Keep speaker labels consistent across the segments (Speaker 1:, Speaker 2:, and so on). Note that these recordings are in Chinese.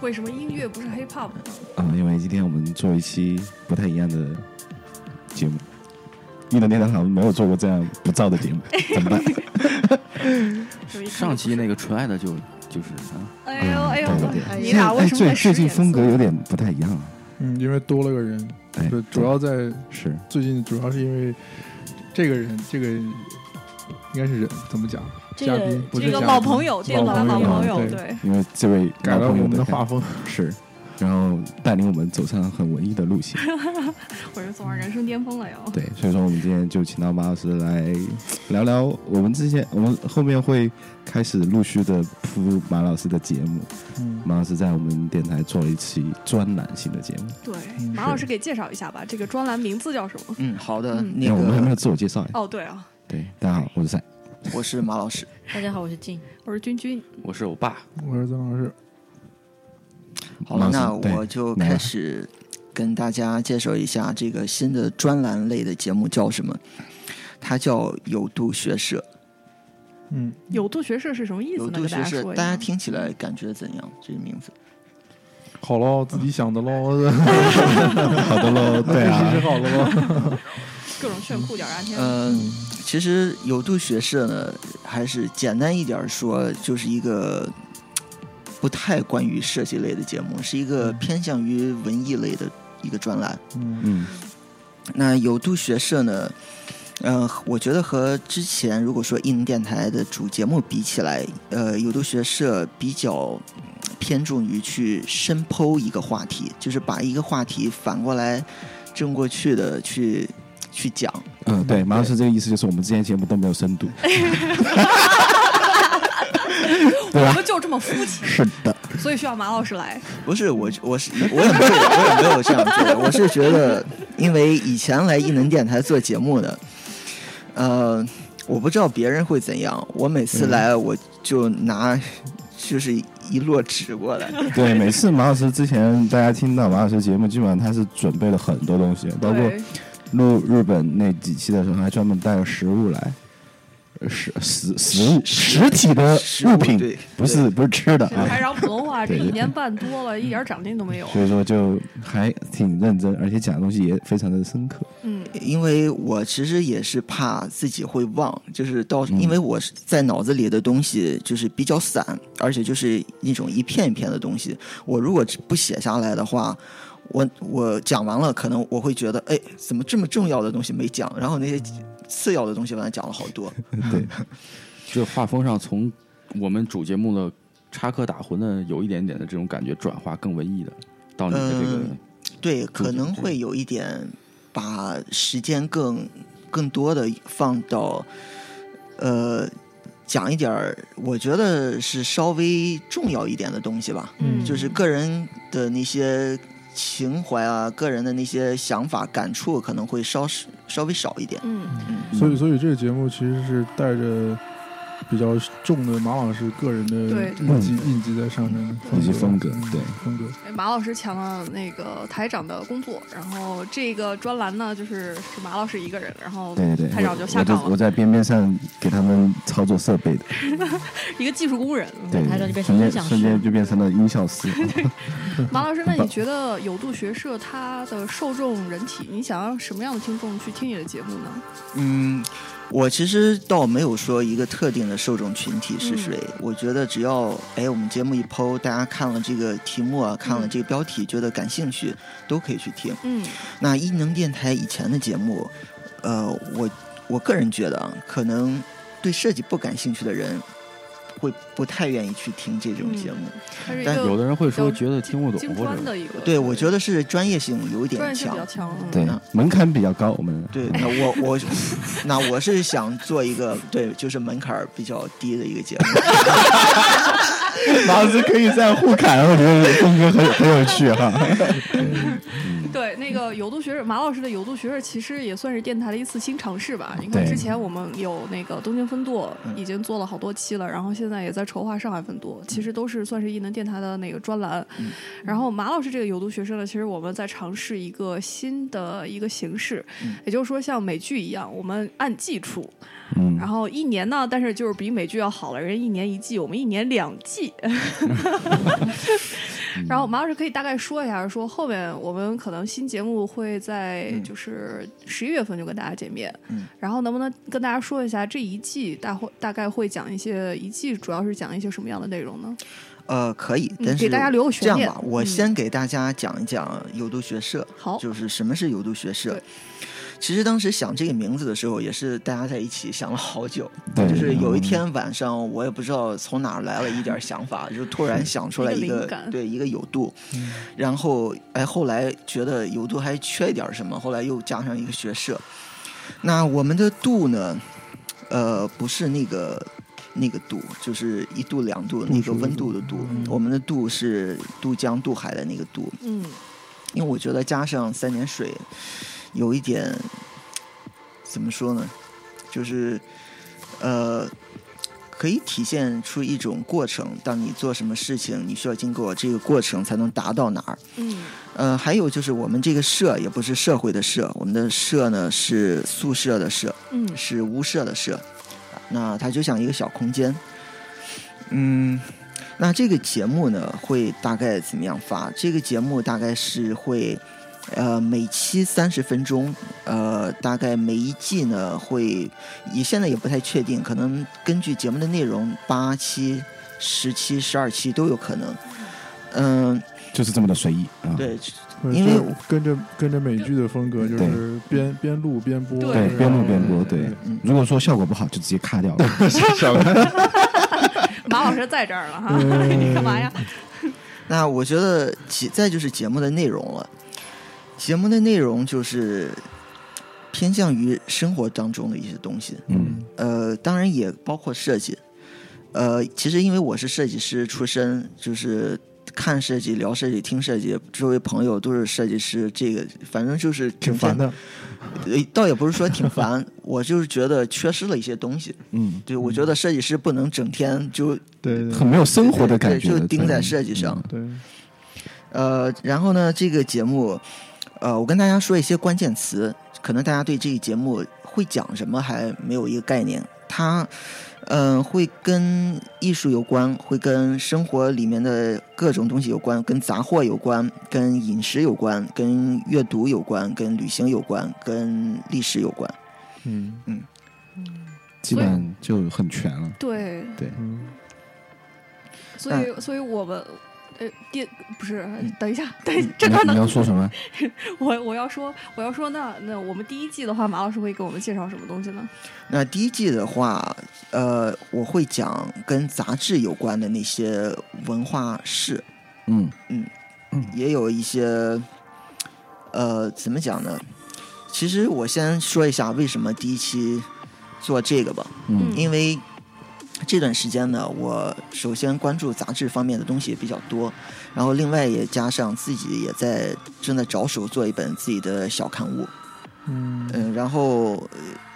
Speaker 1: 为什么音乐不是 hip hop？
Speaker 2: 啊，因为今天我们做一期不太一样的节目，一能电台好像没有做过这样不燥的 节目，怎么办？
Speaker 1: 是不是一看就
Speaker 3: 上期那个纯爱的就就是啊，
Speaker 1: 哎呦哎呦
Speaker 2: 嗯对对，对，
Speaker 1: 你
Speaker 2: 现在
Speaker 1: 俩为
Speaker 2: 哎
Speaker 1: 什么
Speaker 2: 最
Speaker 1: 在
Speaker 2: 最
Speaker 1: 使眼
Speaker 2: 近
Speaker 1: 色
Speaker 2: 风格有点不太一样了，
Speaker 4: 嗯，因为多了个人，
Speaker 2: 哎，
Speaker 4: 对，主要在
Speaker 2: 是
Speaker 4: 最近主要是因为这个人，这个应该是人怎么讲？
Speaker 5: 这
Speaker 4: 嘉
Speaker 5: 个
Speaker 4: 宾不
Speaker 5: 这
Speaker 4: 是
Speaker 5: 个
Speaker 4: 嘉
Speaker 5: 老
Speaker 4: 宾
Speaker 5: 朋
Speaker 2: 嗯
Speaker 5: 友，这个
Speaker 4: 老
Speaker 5: 老
Speaker 4: 朋
Speaker 5: 朋
Speaker 4: 友
Speaker 5: 友，
Speaker 4: 对
Speaker 2: 因为这位
Speaker 4: 改了
Speaker 2: 老
Speaker 4: 我
Speaker 2: 朋友
Speaker 4: 们的
Speaker 2: 看
Speaker 4: 画风。
Speaker 2: 是，然后带领我们走上很文艺的路 线，
Speaker 1: 我是走上人生巅峰了哟。
Speaker 2: 对，所以说我们今天就请到马老师来聊聊我们之前，我们后面会开始陆续的铺马老师的节目，
Speaker 4: 嗯，
Speaker 2: 马老师在我们电台做了一期专栏性的节目，
Speaker 1: 对，
Speaker 4: 嗯
Speaker 1: 马老师给介绍一下吧，这个专栏名字叫什么？
Speaker 3: 嗯，好的，
Speaker 1: 嗯
Speaker 3: 那
Speaker 2: 那我们还没有
Speaker 3: 个
Speaker 2: 自我介绍哎，
Speaker 1: 哦，对啊，
Speaker 2: 对，大家好，我是赛，
Speaker 3: 我是马老师，
Speaker 5: 大家好，我是静。
Speaker 1: 我是君君。
Speaker 3: 我是我爸。
Speaker 4: 嗯我是曾老师。
Speaker 3: 好了，那
Speaker 2: 马老师对
Speaker 3: 我就
Speaker 2: 来吧
Speaker 3: 开始跟大家介绍一下这个新的专栏类的节目叫什么，它叫有度学社。
Speaker 4: 嗯，
Speaker 1: 有度学社是什么意思
Speaker 3: 有
Speaker 1: 呢？
Speaker 3: 度
Speaker 1: 给
Speaker 3: 学
Speaker 1: 大家
Speaker 3: 社
Speaker 1: 说，一
Speaker 3: 大家
Speaker 1: 下。
Speaker 3: 听起来感觉怎样？这个名字？
Speaker 4: 好喽，自己想的喽，
Speaker 2: 好的喽，对
Speaker 4: 这
Speaker 2: 啊
Speaker 4: 是，好了喽。
Speaker 1: 各种炫酷屌炸天。
Speaker 3: 嗯，其实有度学社呢，还是简单一点儿说，就是一个不太关于设计类的节目，是一个
Speaker 1: 嗯
Speaker 3: 偏向于文艺类的一个专栏。
Speaker 4: 嗯
Speaker 2: 嗯，
Speaker 3: 那有度学社呢，呃，我觉得和之前如果说艺能电台的主节目比起来，呃，有度学社比较偏重于去深剖一个话题，就是把一个话题反过来正过去的去去讲。
Speaker 2: 嗯，对，马老师这个意思就是我们之前节目都没有深度，嗯啊
Speaker 1: 我们就这么肤浅，
Speaker 2: 是的，
Speaker 1: 所以需要马老师来。
Speaker 3: 不是我，我是我也没有，我也没有这样做。我是觉得，因为以前来艺能电台做节目的，呃，我不知道别人会怎样。我每次来，我就拿就是一摞纸过来，
Speaker 2: 对，每次马老师之前大家听到马老师节目，基本上他是准备了很多东西，包括
Speaker 1: 对，
Speaker 2: 录日本那几期的时候，还专门带了食物来，呃食食食物实体的
Speaker 3: 食
Speaker 2: 物
Speaker 3: 物
Speaker 2: 品，
Speaker 3: 对
Speaker 2: 不是不是吃的
Speaker 1: 这个台
Speaker 2: 啊。
Speaker 1: 长普通话这
Speaker 2: 对对
Speaker 1: 一年半多了，一点长进都没有。
Speaker 2: 所以说就还挺认真，而且讲的东西也非常的深刻。
Speaker 1: 嗯，
Speaker 3: 因为我其实也是怕自己会忘，就是到，
Speaker 2: 嗯
Speaker 3: 因为我是在脑子里的东西就是比较散，而且就是一种一片一片的东西。我如果不写下来的话，我我讲完了，可能我会觉得，哎，怎么这么重要的东西没讲？然后那些次要的东西，反正讲了好多。
Speaker 2: 对，
Speaker 6: 这画风上从我们主节目的插科打诨的有一点点的这种感觉转化更文艺的，到你的这个、
Speaker 3: 嗯对，可能会有一点把时间更更多的放到呃讲一点儿，我觉得是稍微重要一点的东西吧，
Speaker 1: 嗯
Speaker 3: 就是个人的那些情怀啊，个人的那些想法感触可能会稍稍微少一点。
Speaker 1: 嗯，
Speaker 4: 所以，所以这个节目其实是带着比较重的马老师个人的
Speaker 1: 对
Speaker 4: 印记印记在上面的，
Speaker 2: 嗯以及风格
Speaker 4: 嗯
Speaker 2: 对
Speaker 4: 风格。
Speaker 1: 马老师抢了那个台长的工作，然后这个专栏呢，就是是马老师一个人，然后
Speaker 6: 嗯
Speaker 2: 对对对，
Speaker 1: 台长就下
Speaker 2: 我
Speaker 1: 岗
Speaker 2: 我
Speaker 1: 了
Speaker 2: 我在边边上给他们操作设备的，
Speaker 1: 一个技术工人。
Speaker 2: 对，
Speaker 5: 台长就变成
Speaker 2: 瞬
Speaker 5: 音
Speaker 2: 间
Speaker 5: 响师
Speaker 2: 瞬间就变成了音效 师。
Speaker 6: 嗯
Speaker 1: 马老师，那你觉得有度学社它的受众人体，你想让什么样的听众去听你的节目呢？
Speaker 3: 嗯，我其实倒没有说一个特定的受众群体
Speaker 1: 嗯
Speaker 3: 是谁，我觉得只要哎我们节目一抛，大家看了这个题目啊，看了这个标题，觉得感兴趣，都可以去听。
Speaker 1: 嗯
Speaker 3: 那伊能电台以前的节目，呃，我我个人觉得啊，可能对设计不感兴趣的人。会不太愿意去听这
Speaker 1: 嗯
Speaker 3: 种节目，
Speaker 1: 它是一
Speaker 3: 但
Speaker 1: 个
Speaker 6: 有的人会说
Speaker 1: 比较
Speaker 6: 觉得听不
Speaker 1: 金
Speaker 6: 懂或
Speaker 1: 砖
Speaker 6: 者
Speaker 1: 的一个，
Speaker 3: 对我觉得是专业性有一点
Speaker 1: 专业性
Speaker 3: 强
Speaker 1: 比较，强。嗯
Speaker 2: 对，门槛比较高，我们
Speaker 3: 对，那我我 那我是想做一个对，就是门槛儿比较低的一个节目。
Speaker 2: 马 老师可以在互砍，我觉得风格很很有趣哈。
Speaker 1: 对，那个有度学社，马老师的有度学社其实也算是电台的一次新尝试吧。你看
Speaker 2: 对
Speaker 1: 之前我们有那个东京分舵，已经做了好多期了，然后现在也在筹划上海分舵，其实都是算是艺能电台的那个专栏。然后马老师这个有度学社呢，其实我们在尝试一个新的一个形式，也就是说像美剧一样，我们按季出，
Speaker 2: 嗯，
Speaker 1: 然后一年呢，但是就是比美剧要好了，人家一年一季，我们一年两季。 然后马老师可以大概说一下，说后面我们可能新节目会在就是十一月份就跟大家见面，
Speaker 3: 嗯
Speaker 1: 然后能不能跟大家说一下这一季大会大概会讲一些一季主要是讲一些什么样的内容呢？
Speaker 3: 呃，可以，
Speaker 1: 嗯
Speaker 3: 但是
Speaker 1: 给大家留个悬
Speaker 3: 这样
Speaker 1: 念
Speaker 3: 吧，我
Speaker 1: 嗯
Speaker 3: 先给大家讲一讲有毒学社。
Speaker 1: 好，
Speaker 3: 就是什么是有毒学社
Speaker 1: 对。
Speaker 3: 其实当时想这个名字的时候，也是大家在一起想了好久。
Speaker 2: 对，嗯
Speaker 3: 就是有一天晚上，我也不知道从哪儿来了一点想法，就突然想出来
Speaker 1: 一个
Speaker 3: 一
Speaker 1: 灵
Speaker 3: 个
Speaker 1: 感
Speaker 3: 对一个有度，
Speaker 4: 嗯
Speaker 3: 然后哎后来觉得有度还缺一点什么，后来又加上一个学社。那我们的度呢，呃，不是那个那个度，就是一度两度那个温度的度，我们的度是渡江渡海的那个度。
Speaker 1: 嗯，
Speaker 3: 因为我觉得加上三点水，有一点怎么说呢，就是呃，可以体现出一种过程。当你做什么事情，你需要经过这个过程才能达到哪儿。
Speaker 1: 嗯
Speaker 3: 呃，还有就是我们这个社也不是社会的社，我们的社呢是宿舍的社，
Speaker 1: 嗯
Speaker 3: 是屋舍的舍，那它就像一个小空间。嗯，那这个节目呢会大概怎么样发？这个节目大概是会，呃，每期三十分钟，呃，大概每一季呢会，也现在也不太确定，可能根据节目的内容，八期、十期、十二期都有可能。嗯、
Speaker 2: 就是这么的随意啊，
Speaker 3: 对，因
Speaker 4: 因
Speaker 3: 为
Speaker 4: 为跟着跟着美剧的风格，就是边边录边播，
Speaker 1: 对
Speaker 2: 对，边录边播，
Speaker 4: 然后
Speaker 2: 对
Speaker 3: 嗯。
Speaker 2: 如果说效果不好，就直接卡掉了。
Speaker 1: 马老师在这儿了哈，
Speaker 4: 嗯
Speaker 1: 你干嘛呀？
Speaker 3: 那我觉得节再就是节目的内容了，节目的内容就是偏向于生活当中的一些东西，
Speaker 2: 嗯，
Speaker 3: 呃，当然也包括设计。呃，其实因为我是设计师出身，就是看设计、聊设计、听设计，周围朋友都是设计师，这个反正就是
Speaker 4: 挺烦的。
Speaker 3: 呃，倒也不是说挺烦， 我就是觉得缺失了一些东西。
Speaker 2: 嗯，
Speaker 3: 对，我觉得设计师不能整天就
Speaker 4: 对
Speaker 2: 很
Speaker 4: 对
Speaker 2: 没有生活的感
Speaker 3: 对
Speaker 2: 觉
Speaker 3: 就
Speaker 2: 的，
Speaker 3: 盯在
Speaker 2: 对
Speaker 3: 设计
Speaker 2: 嗯
Speaker 3: 上。
Speaker 4: 对，
Speaker 3: 呃，然后呢，这个节目，呃，我跟大家说一些关键词，可能大家对这个节目会讲什么还没有一个概念。它，嗯、会跟艺术有关，会跟生活里面的各种东西有关，跟杂货有关，跟饮食有关，跟阅读有关，跟旅行有关，跟历史有关。
Speaker 4: 嗯
Speaker 2: 基本上就很全了。
Speaker 1: 对，
Speaker 2: 对，
Speaker 4: 嗯，
Speaker 1: 所以所以我们。呃，第不是，等一下，等一 这
Speaker 2: 你
Speaker 1: 个
Speaker 2: 要
Speaker 1: 呢
Speaker 2: 嗯你？要说什么？
Speaker 1: 我我要说，我要说那，那我们第一季的话，马老师会给我们介绍什么东西呢？
Speaker 3: 那第一季的话，呃，我会讲跟杂志有关的那些文化事，
Speaker 2: 嗯
Speaker 3: 也有一些，呃，怎么讲呢？其实我先说一下为什么第一期做这个吧，
Speaker 2: 嗯
Speaker 3: 因为这段时间呢，我首先关注杂志方面的东西也比较多，然后另外也加上自己也在正在着手做一本自己的小刊物，
Speaker 4: 嗯，
Speaker 3: 嗯，然后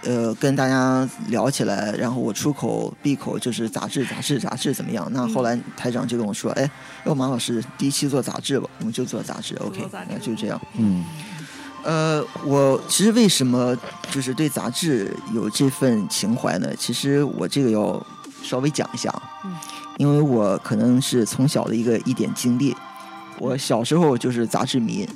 Speaker 3: 呃跟大家聊起来，然后我出口闭口就是杂志杂志杂志怎么样？那后来台长就跟我说，哎，要马老师第一期做杂志吧，我们就做杂志，OK，
Speaker 1: 杂志
Speaker 3: 那就这样。
Speaker 2: 嗯
Speaker 3: 呃，我其实为什么就是对杂志有这份情怀呢？其实我这个要稍微讲一下，啊
Speaker 1: 嗯，
Speaker 3: 因为我可能是从小的一个一点经历，我小时候就是杂志迷。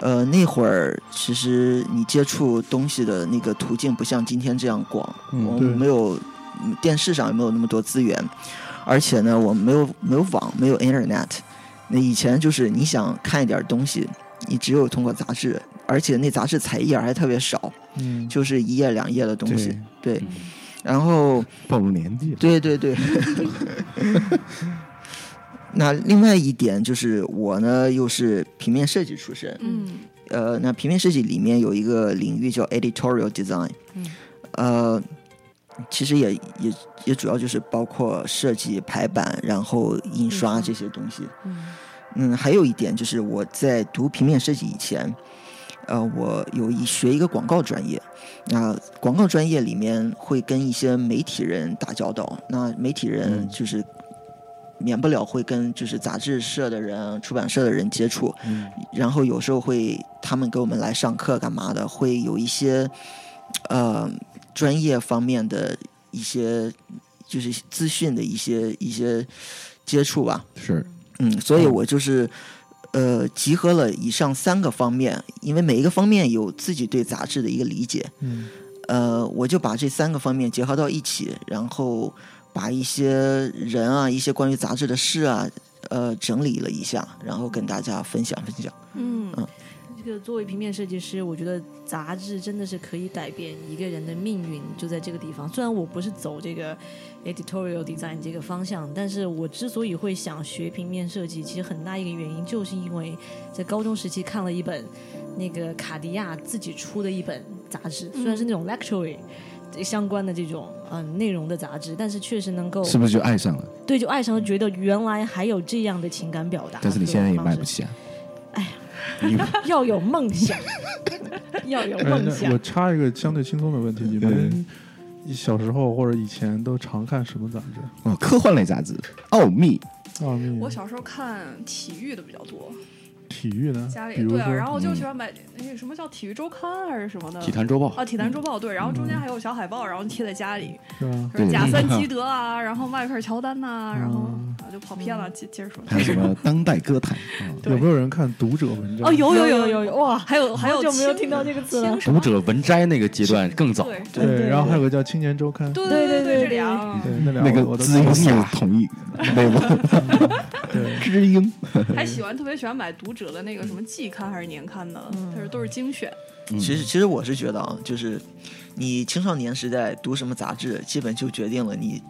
Speaker 3: 呃，那会儿其实你接触东西的那个途径不像今天这样广，
Speaker 2: 嗯
Speaker 3: 我
Speaker 4: 对
Speaker 3: 们没有嗯电视上也没有那么多资源，而且呢，我们没有没有网，没有 Internet。那以前就是你想看一点东西，你只有通过杂志，而且那杂志彩页还特别少，
Speaker 4: 嗯，
Speaker 3: 就是一页两页的东西。对，
Speaker 6: 嗯
Speaker 3: 然后
Speaker 2: 暴露年纪了。
Speaker 3: 对对对。 那另外一点就是我呢，又是平面设计出身，
Speaker 1: 嗯
Speaker 3: 呃，那平面设计里面有一个领域叫 editorial design，
Speaker 1: 嗯
Speaker 3: 呃，其实也也也主要就是包括设计、排版，然后印刷这些东西。
Speaker 1: 嗯
Speaker 3: 嗯，还有一点就是我在读平面设计以前，呃，我有一学一个广告专业。那广告专业里面会跟一些媒体人打交道，那媒体
Speaker 1: 嗯
Speaker 3: 人就是免不了会跟就是杂志社的人、出版社的人接触，
Speaker 4: 嗯
Speaker 3: 然后有时候会他们给我们来上课干嘛的，会有一些呃专业方面的一些就是资讯的一些一些接触吧。
Speaker 6: 是
Speaker 3: 嗯，所以我就是呃集合了以上三个方面，因为每一个方面有自己对杂志的一个理解，
Speaker 4: 嗯
Speaker 3: 呃，我就把这三个方面结合到一起，然后把一些人啊、一些关于杂志的事啊，呃，整理了一下，然后跟大家分享分享。
Speaker 1: 嗯
Speaker 3: 嗯
Speaker 5: 这个作为平面设计师，我觉得杂志真的是可以改变一个人的命运，就在这个地方。虽然我不是走这个 editorial design 这个方向，但是我之所以会想学平面设计，其实很大一个原因就是因为在高中时期看了一本那个卡地亚自己出的一本杂志，虽然是那种 lecture 相关的这种嗯、呃内容的杂志，但是确实能
Speaker 1: 哦
Speaker 5: 够
Speaker 6: 是不是就爱上了？
Speaker 5: 对就爱上了，觉得原来还有这样的情感表达。
Speaker 6: 但是你现在也卖不，起啊。
Speaker 5: 要有梦想， 要有
Speaker 4: 哎
Speaker 5: 梦想
Speaker 4: 那。我插一个相对轻松的问题，你们小时候或者以前都常看什么杂志？
Speaker 2: 哦，科幻类杂志《奥秘》
Speaker 1: 嗯
Speaker 4: 奥秘。
Speaker 1: 我小时候看体育的比较多，
Speaker 4: 体育呢？
Speaker 1: 家里
Speaker 4: 比如
Speaker 1: 对
Speaker 4: 说，
Speaker 1: 啊，然后就
Speaker 6: 嗯
Speaker 1: 喜欢买那个什么叫体育周刊啊还是什么的，
Speaker 6: 体坛周报
Speaker 1: 啊，体坛周报对，然后中间还有小海报，然后贴在家里，
Speaker 4: 是吧？
Speaker 1: 就是
Speaker 6: 对
Speaker 1: 贾森基德啊，然后迈克尔乔丹呐、然后
Speaker 4: 嗯
Speaker 1: 啊就跑偏了，接接着说。
Speaker 2: 还有什么当代歌坛啊，
Speaker 1: 对
Speaker 4: 有没有人看读者文章？
Speaker 1: 哦，有有有
Speaker 5: 有
Speaker 1: 有
Speaker 5: 有有
Speaker 1: 有，
Speaker 5: 哇！
Speaker 1: 还有还有
Speaker 5: 嗯好久没有
Speaker 1: 青
Speaker 5: 听到这个词了
Speaker 1: 青什
Speaker 6: 读
Speaker 1: 么
Speaker 6: 者文摘那个阶段更早，
Speaker 1: 对
Speaker 4: 对
Speaker 5: 对
Speaker 4: 然后还有个叫《青年周刊》，
Speaker 1: 对
Speaker 5: 对对
Speaker 1: 对
Speaker 5: 对
Speaker 1: 这啊嗯俩
Speaker 4: 对，那俩
Speaker 2: 那
Speaker 6: 啊
Speaker 4: 我
Speaker 2: 个
Speaker 4: 都
Speaker 2: 知音是同 意那个
Speaker 4: 对，
Speaker 2: 知音，
Speaker 3: 嗯
Speaker 1: 还喜欢特别喜欢买读者的那个什么季刊还是年刊的，但是都是精选。
Speaker 6: 嗯
Speaker 3: 其实，其实我是觉得啊，就是你青少年时代读什么杂志，基本就决定了你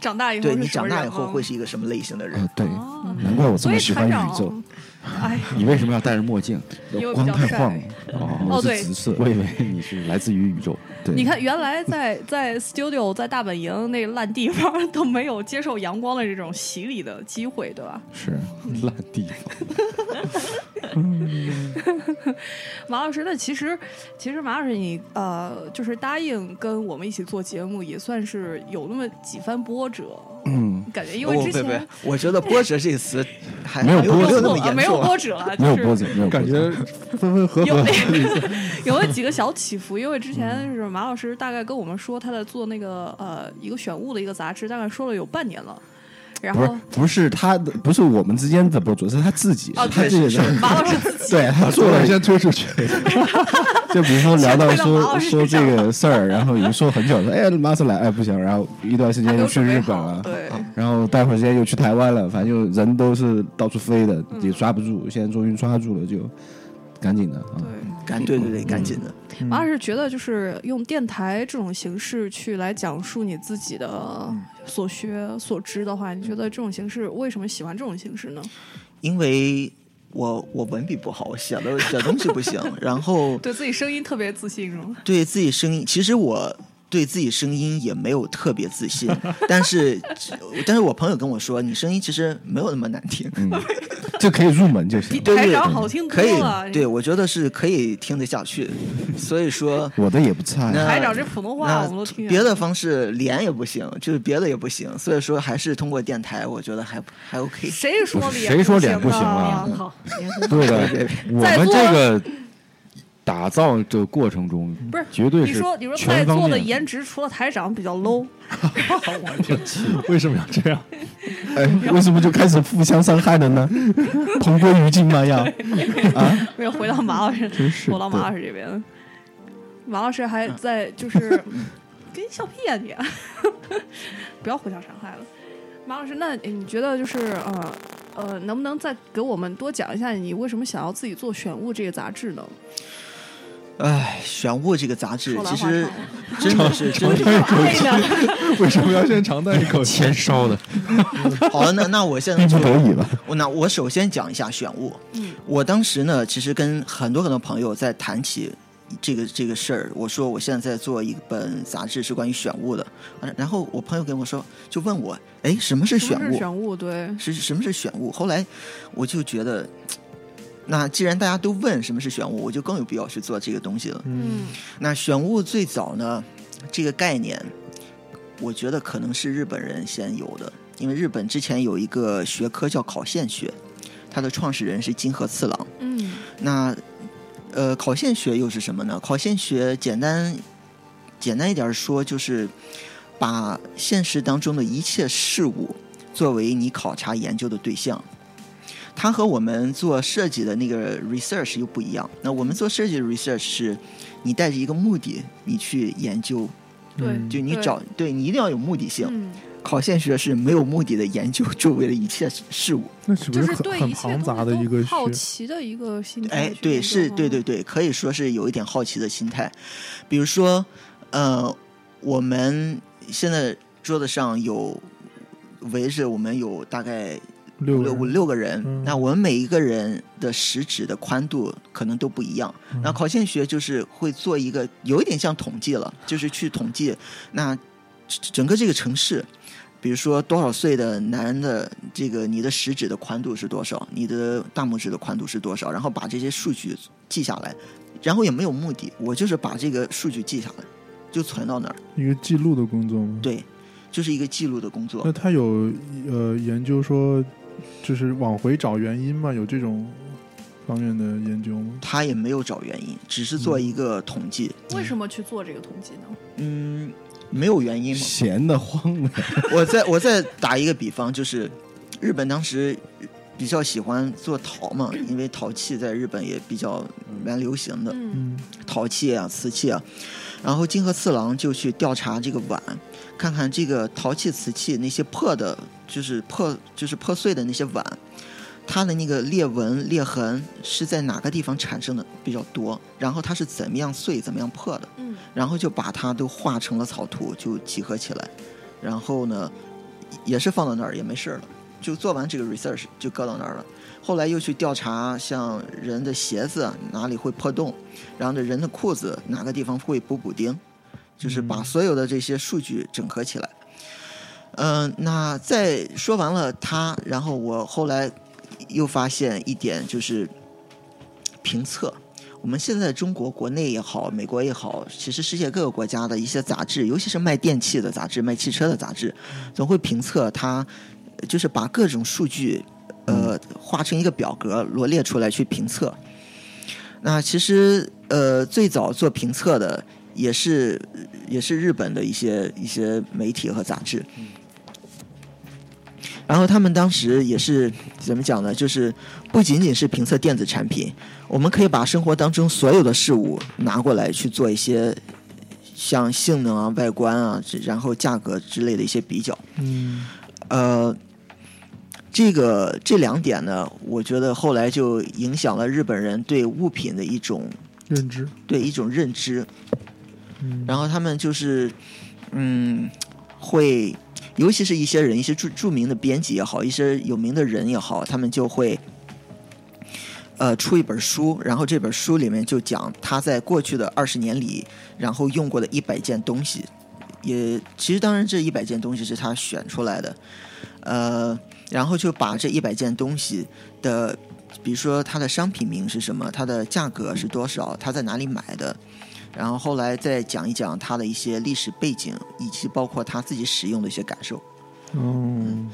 Speaker 1: 长大以后
Speaker 3: 对
Speaker 1: 是
Speaker 3: 你
Speaker 1: 什么
Speaker 3: 长大以
Speaker 1: 人
Speaker 3: 后
Speaker 1: 吗
Speaker 3: 会是一嗯个什么类型的人
Speaker 2: 呃。，对，
Speaker 1: 哦
Speaker 2: 难怪我这
Speaker 1: 所
Speaker 2: 么
Speaker 1: 以
Speaker 2: 喜欢
Speaker 1: 船长
Speaker 2: 宇宙，，
Speaker 1: 哎，
Speaker 6: 你为什么要戴着墨镜？
Speaker 1: 因为比
Speaker 2: 光
Speaker 1: 较
Speaker 2: 太
Speaker 1: 帅
Speaker 2: 晃了，
Speaker 6: 哦
Speaker 1: 哦
Speaker 2: 我
Speaker 1: 对
Speaker 2: 是紫色，
Speaker 6: 我以为你是来自于宇宙。
Speaker 2: 对，
Speaker 1: 你看，原来在在 studio 在大本营那烂地方都没有接受阳光的这种洗礼的机会，对吧？
Speaker 2: 是
Speaker 6: 烂地方，
Speaker 1: 马老师，那其实其实马老师你呃，就是答应跟我们一起做节目，也算是有那么几番波折。嗯，感觉因为
Speaker 3: 哦
Speaker 1: 之
Speaker 3: 不不
Speaker 1: 前、
Speaker 3: 不我觉得“波折”这个词还
Speaker 2: 没有波
Speaker 3: 没有
Speaker 2: 折
Speaker 3: 那么
Speaker 1: 啊
Speaker 3: 严
Speaker 1: 没有
Speaker 3: 重 啊。
Speaker 1: 波折 了，
Speaker 2: 没有
Speaker 1: 就是
Speaker 2: 波折，没有
Speaker 4: 感觉分分合
Speaker 1: 有
Speaker 4: 合。
Speaker 1: 有了几个小起伏，因为之前
Speaker 2: 嗯
Speaker 1: 就是马老师大概跟我们说他在做那个呃一个选物的一个杂志，大概说了有半年了，然
Speaker 2: 不是
Speaker 1: 后
Speaker 2: 不是他的，不是我们之间的波折，是他自己，
Speaker 1: 哦
Speaker 2: 是他
Speaker 1: 对
Speaker 2: 自己的，
Speaker 1: 马老师自己
Speaker 2: 对他做
Speaker 4: 做
Speaker 2: 了
Speaker 4: 了
Speaker 2: 一些，
Speaker 4: 先推出去，
Speaker 2: 就比如说聊到
Speaker 1: 全推到马
Speaker 2: 说
Speaker 1: 老师
Speaker 2: 说这
Speaker 1: 身上
Speaker 2: 个事儿，然后已经说很久了，说哎呀，马老师来，哎不行，然后一段时
Speaker 1: 还
Speaker 2: 间
Speaker 1: 没
Speaker 2: 又
Speaker 1: 有
Speaker 2: 去
Speaker 1: 准备
Speaker 2: 日本啊
Speaker 1: 好
Speaker 2: 了，
Speaker 1: 对，
Speaker 2: 然后待会儿时间又去台湾了，反正就人都是到处飞的，也抓不住，现在终于抓住了，就赶紧的啊，
Speaker 1: 对。
Speaker 3: 赶对对对，赶紧的。
Speaker 2: 嗯
Speaker 1: 马老师觉得，就是用电台这种形式去来讲述你自己的
Speaker 2: 嗯
Speaker 1: 所学所知的话，你觉得这种形式为什么喜欢这种形式呢？
Speaker 3: 因为我我文笔不好，我写的写东西不 行，然后
Speaker 1: 对自己声音特别自信是吗？
Speaker 3: 对自己声音，其实我对自己声音也没有特别自信，但是但是我朋友跟我说，你声音其实没有那么难听，
Speaker 2: 就可以入门就行
Speaker 1: 比
Speaker 2: 了。
Speaker 3: 对
Speaker 1: 台
Speaker 3: 对
Speaker 1: 长好听多
Speaker 3: 可以
Speaker 1: 了。，
Speaker 3: 对我觉得是可以听得下去， 所以 说。
Speaker 2: 我的也不差呀，
Speaker 3: 那
Speaker 1: 台长这普通话我们啊都听见
Speaker 3: 那别的方式连也不行，就是别的也不行，所以说还是通过电台，我觉得还还 OK。
Speaker 1: 谁说脸
Speaker 6: 谁说脸
Speaker 1: 不
Speaker 6: 不行
Speaker 1: 啊
Speaker 6: 啊？
Speaker 5: 很好，
Speaker 6: 对
Speaker 3: 对
Speaker 6: 的，我们这个打造这个过程中，
Speaker 1: 不是
Speaker 6: 绝对
Speaker 1: 你说，你说在
Speaker 6: 全方
Speaker 1: 座的
Speaker 6: 面。
Speaker 1: 颜值除了台长比较 low，
Speaker 4: 为什么要这样？
Speaker 2: 哎，为什么就开始互相伤害了 呢？同归于尽吗？要
Speaker 1: 没有回到马 老师，回到马老师这边。马老师还在就是 跟笑屁呀、你，啊 不要互相伤害了。马老师，那哎你觉得就是呃呃，能不能再给我们多讲一下你为什么想要自己做《选物》这个杂志呢？
Speaker 3: 唉，玄物这个杂志
Speaker 1: 说来
Speaker 3: 其
Speaker 1: 话哎
Speaker 3: 实
Speaker 1: 长了
Speaker 3: 真 的是真的。
Speaker 4: 为什么要先尝淡一口气？
Speaker 6: 钱烧的，
Speaker 3: 好了，那那我现 在
Speaker 2: 逼
Speaker 3: 就
Speaker 2: 不得已了。
Speaker 3: 我那我首先讲一下选物。
Speaker 1: 嗯，
Speaker 3: 我当时呢，其实跟很多很多朋友在谈起这个这个事儿，我说我现在在做一本杂志是关于选物的，啊然后我朋友跟我说，就问我，哎，什么是
Speaker 1: 什
Speaker 3: 选
Speaker 1: 么是
Speaker 3: 物？
Speaker 1: 选物？对，
Speaker 3: 是什么是选物？后来我就觉得，那既然大家都问什么是选物，我就更有必要去做这个东西了。
Speaker 1: 嗯，
Speaker 3: 那选物最早呢，这个概念，我觉得可能是日本人先有的，因为日本之前有一个学科叫考线学，它的创始人是金河次郎。
Speaker 1: 嗯
Speaker 3: 那呃，考线学又是什么呢？考线学简单简单一点说，就是把现实当中的一切事物作为你考察研究的对象。它和我们做设计的那个 research 又不一样。那我们做设计的 research 是，你带着一个目的，你去研究，
Speaker 1: 对
Speaker 4: 嗯
Speaker 3: 就你
Speaker 1: 对
Speaker 3: 找，对你一定要有目的性。
Speaker 1: 嗯，
Speaker 3: 考现学是没有目的的研究周围的一切事物。
Speaker 4: 那岂不
Speaker 1: 就是是
Speaker 4: 很
Speaker 1: 对
Speaker 4: 很
Speaker 1: 一切
Speaker 4: 庞
Speaker 1: 东
Speaker 4: 杂
Speaker 1: 西
Speaker 4: 的
Speaker 1: 都
Speaker 4: 一个学？
Speaker 1: 好奇的一个心态去研啊
Speaker 3: 哎
Speaker 1: 究吗。，
Speaker 3: 对，是，对对对，可以说是有一点好奇的心态。比如说，呃，我们现在桌子上有围着我们有大概
Speaker 4: 六
Speaker 3: 五六五六个人，
Speaker 4: 嗯
Speaker 3: 那我们每一个人的食指的宽度可能都不一样。
Speaker 4: 嗯
Speaker 3: 那考现学就是会做一个有一点像统计了，就是去统计那整个这个城市，比如说多少岁的男的这个你的食指的宽度是多少，你的大拇指的宽度是多少，然后把这些数据记下来，然后也没有目的，我就是把这个数据记下来，就存到那儿，
Speaker 4: 一个记录的工作吗？
Speaker 3: 对，就是一个记录的工作
Speaker 4: 那。他有呃研究说，就是往回找原因吗？有这种方面的研究吗？
Speaker 3: 他也没有找原因，只是做一个统计。
Speaker 4: 嗯
Speaker 1: 为什么去做这个统计呢？
Speaker 3: 嗯，没有原因嘛。
Speaker 2: 闲得
Speaker 3: 啊
Speaker 2: 慌的，
Speaker 3: 我再我再打一个比方，就是日本当时比较喜欢做陶嘛，因为陶器在日本也比较蛮流行的，
Speaker 1: 嗯，
Speaker 4: 嗯，
Speaker 3: 陶器啊、瓷器啊。然后金河次郎就去调查这个碗，看看这个陶器、瓷器那些破的，就是破就是破碎的那些碗，它的那个裂纹、裂痕是在哪个地方产生的比较多，然后它是怎么样碎、怎么样破的。
Speaker 1: 嗯，
Speaker 3: 然后就把它都画成了草图，就集合起来，然后呢，也是放到那儿也没事儿了，就做完这个 research 就搁到那儿了。后来又去调查像人的鞋子啊哪里会破洞，然后呢人的裤子哪个地方会补补丁，就是把所有的这些数据整合起来。嗯、那再说完了它，然后我后来又发现一点就是评测，我们现在中国国内也好，美国也好，其实世界各个国家的一些杂志，尤其是卖电器的杂志、卖汽车的杂志，总会评测它，就是把各种数据，呃，画成一个表格罗列出来去评测。那其实，呃，最早做评测的也是也是日本的一些一些媒体和杂志。然后他们当时也是怎么讲呢？就是不仅仅是评测电子产品，我们可以把生活当中所有的事物拿过来去做一些像性能啊、外观啊，这然后价格之类的一些比较。
Speaker 4: 嗯，
Speaker 3: 呃，这个这两点呢，我觉得后来就影响了日本人对物品的一种
Speaker 4: 认知，
Speaker 3: 对一种认知。
Speaker 4: 嗯，
Speaker 3: 然后他们就是，嗯，会，尤其是一些人，一些著著名的编辑也好，一些有名的人也好，他们就会，呃，出一本书，然后这本书里面就讲他在过去的二十年里，然后用过的一百件东西，也其实当然这一百件东西是他选出来的，呃，然后就把这一百件东西的。比如说它的商品名是什么，它的价格是多少，它在哪里买的，然后后来再讲一讲他的一些历史背景，以及包括他自己使用的一些感受。
Speaker 4: 嗯，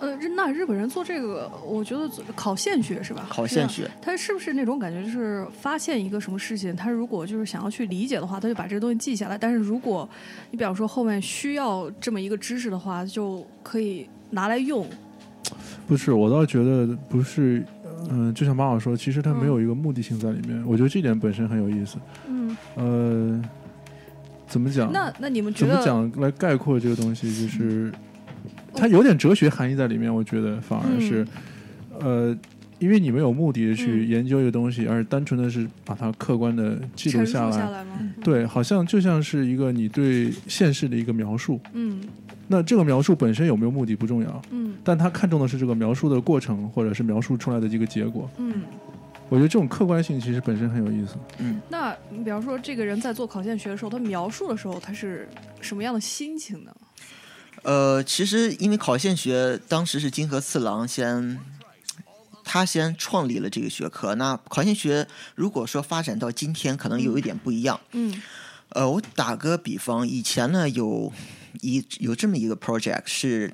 Speaker 1: 呃，日那日本人做这个，我觉得考现学是吧？
Speaker 3: 考
Speaker 1: 是啊
Speaker 3: 现
Speaker 1: 吧
Speaker 3: 学，
Speaker 1: 他是不是那种感觉，就是发现一个什么事情，他如果就是想要去理解的话，他就把这个东西记下来。但是如果你比方说后面需要这么一个知识的话，就可以拿来用。
Speaker 4: 不是，我倒觉得不是，嗯、就像马老说，其实他
Speaker 1: 嗯
Speaker 4: 没有一个目的性在里面，我觉得这点本身很有意思。
Speaker 1: 嗯，
Speaker 4: 呃，怎么讲？
Speaker 1: 那那你们觉
Speaker 4: 怎么
Speaker 1: 得嗯
Speaker 4: 讲来概括这个东西？就是它有点哲学含义在里面，我觉得反而是，呃，因为你没有目的地去
Speaker 1: 嗯
Speaker 4: 研究一个东西，而单纯的是把它客观的记录
Speaker 1: 陈述
Speaker 4: 下来。嗯
Speaker 1: 来吗？嗯
Speaker 4: 对，好像就像是一个你对现实的一个描述。
Speaker 1: 嗯
Speaker 4: 那这个描述本身有没有目的不重要，
Speaker 1: 嗯
Speaker 4: 但他看重的是这个描述的过程，或者是描述出来的一个结果。
Speaker 1: 嗯。
Speaker 4: 我觉得这种客观性其实本身很有意思。
Speaker 1: 那你比方说，这个人在做考现学的时候，他描述的时候，他是什么样的心情呢？
Speaker 3: 呃，其实因为考现学当时是金河次郎先，他先创立了这个学科。那考现学如果说发展到今天，可能有一点不一样。
Speaker 1: 嗯
Speaker 3: 呃，我打个比方，以前呢有一有这么一个 project 是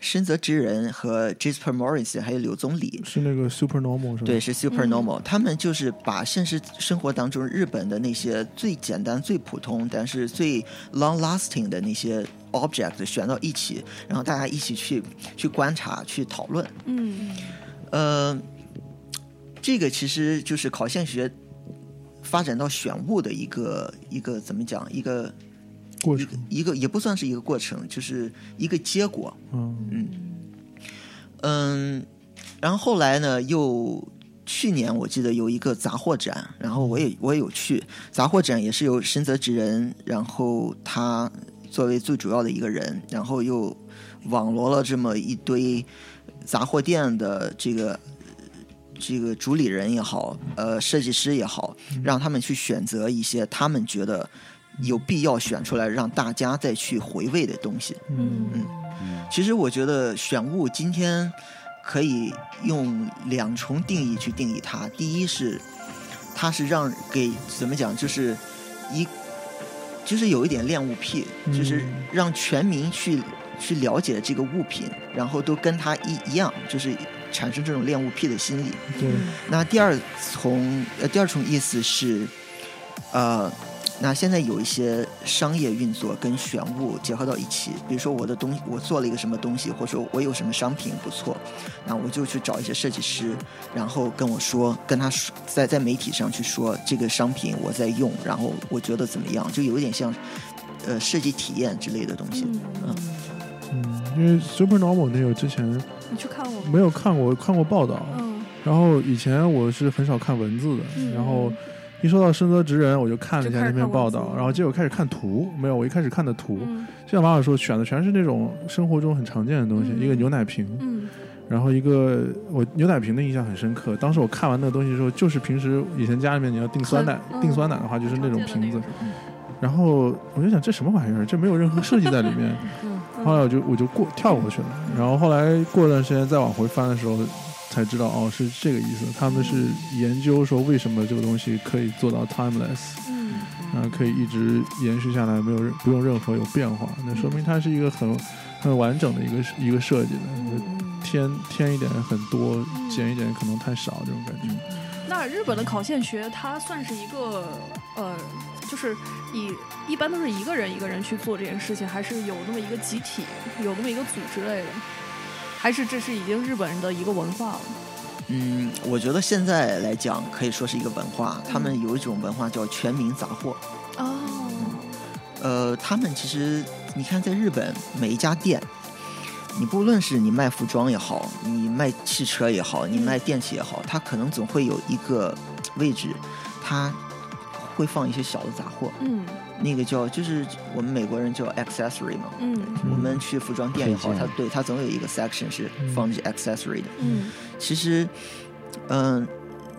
Speaker 3: 深泽直人和 Jasper Morris 还有柳宗理，
Speaker 4: 是那个 Super Normal 是吧？
Speaker 3: 对，，是 Super Normal，、他们就是把现实生活当中日本的那些最简单、最普通，但是最 long lasting 的那些 object 选到一起，然后大家一起去去观察、去讨论。
Speaker 1: 嗯
Speaker 3: 呃，这个其实就是考现学发展到选物的一个一个怎么讲一个
Speaker 4: 过
Speaker 3: 一
Speaker 4: 程
Speaker 3: 个，一个也不算是一个过程，就是一个结果。
Speaker 4: 嗯，
Speaker 3: 嗯，然后后来呢，又去年我记得有一个杂货展，然后我也我也有去杂货展，也是由深泽直人，然后他作为最主要的一个人，然后又网罗了这么一堆杂货店的这个。这个主理人也好，呃，设计师也好，让他们去选择一些他们觉得有必要选出来让大家再去回味的东西。
Speaker 5: 嗯
Speaker 3: 其实我觉得选物今天可以用两重定义去定义它。第一是，它是让给怎么讲，就是一，就是有一点恋物癖，
Speaker 4: 嗯
Speaker 3: 就是让全民去去了解这个物品，然后都跟它一一样，就是产生这种恋物癖的心理。
Speaker 4: 对，
Speaker 3: 那第二重呃第二重意思是，呃，那现在有一些商业运作跟选物结合到一起，比如说我的东我做了一个什么东西，或者说我有什么商品不错，那我就去找一些设计师，然后跟我说，跟他说在在媒体上去说这个商品我在用，然后我觉得怎么样，就有一点像呃设计体验之类的东西。
Speaker 4: 嗯，因为 Super Normal 那个之前
Speaker 1: 你去看我，
Speaker 4: 没有看过，看过报道，
Speaker 1: 嗯，
Speaker 4: 然后以前我是很少看文字的，
Speaker 1: 嗯
Speaker 4: 然后一说到深泽直人，我就看了一下
Speaker 1: 就开
Speaker 4: 那
Speaker 1: 始
Speaker 4: 篇
Speaker 1: 看
Speaker 4: 报
Speaker 1: 文字
Speaker 4: 道，
Speaker 1: 了
Speaker 4: 然后结果开始看图，没有，我一开始看的图，
Speaker 1: 嗯
Speaker 4: 就像马老师说，选的全是那种生活中很常见的东西，
Speaker 1: 嗯
Speaker 4: 一个牛奶瓶，
Speaker 1: 嗯
Speaker 4: 然后一个我牛奶瓶的印象很深刻，当时我看完那个东西之后，就是平时以前家里面你要订酸奶，
Speaker 1: 很嗯嗯
Speaker 4: 订酸奶的话就是那种瓶子，，
Speaker 1: 常见
Speaker 4: 嗯
Speaker 1: 的
Speaker 4: 然后我就想这什么玩意儿，这没有任何设计在里面，
Speaker 1: 那
Speaker 4: 后
Speaker 1: 种
Speaker 4: 来我就我就过跳过去了，然后后来过段时间再往回翻的时候，才知道哦是这个意思。他们是研究说为什么这个东西可以做到 timeless，
Speaker 1: 嗯
Speaker 4: 啊、可以一直延续下来，没有任不用任何有变化。那说明它是一个很很完整的一个一个设计的，添添一点很多，减一点可能太少这种感觉。
Speaker 1: 嗯，那日本的考现学，它算是一个呃，就是以一般都是一个人一个人去做这件事情，还是有那么一个集体，有那么一个组织类的，还是这是已经日本人的一个文化了？
Speaker 3: 嗯，我觉得现在来讲可以说是一个文化，他们有一种文化叫全民杂货。
Speaker 1: 哦，
Speaker 3: 呃，他们其实你看，在日本每一家店，你不论是你卖服装也好，你卖汽车也好，你卖电器也好，它可能总会有一个位置，它会放一些小的杂货，
Speaker 1: 嗯
Speaker 3: 那个叫就是我们美国人叫 accessory 嘛。
Speaker 1: 嗯
Speaker 3: 我们去服装店也好，
Speaker 6: 配件嗯
Speaker 3: 它对它总有一个 section 是放这些 accessory 的。
Speaker 1: 嗯
Speaker 3: 其实，嗯、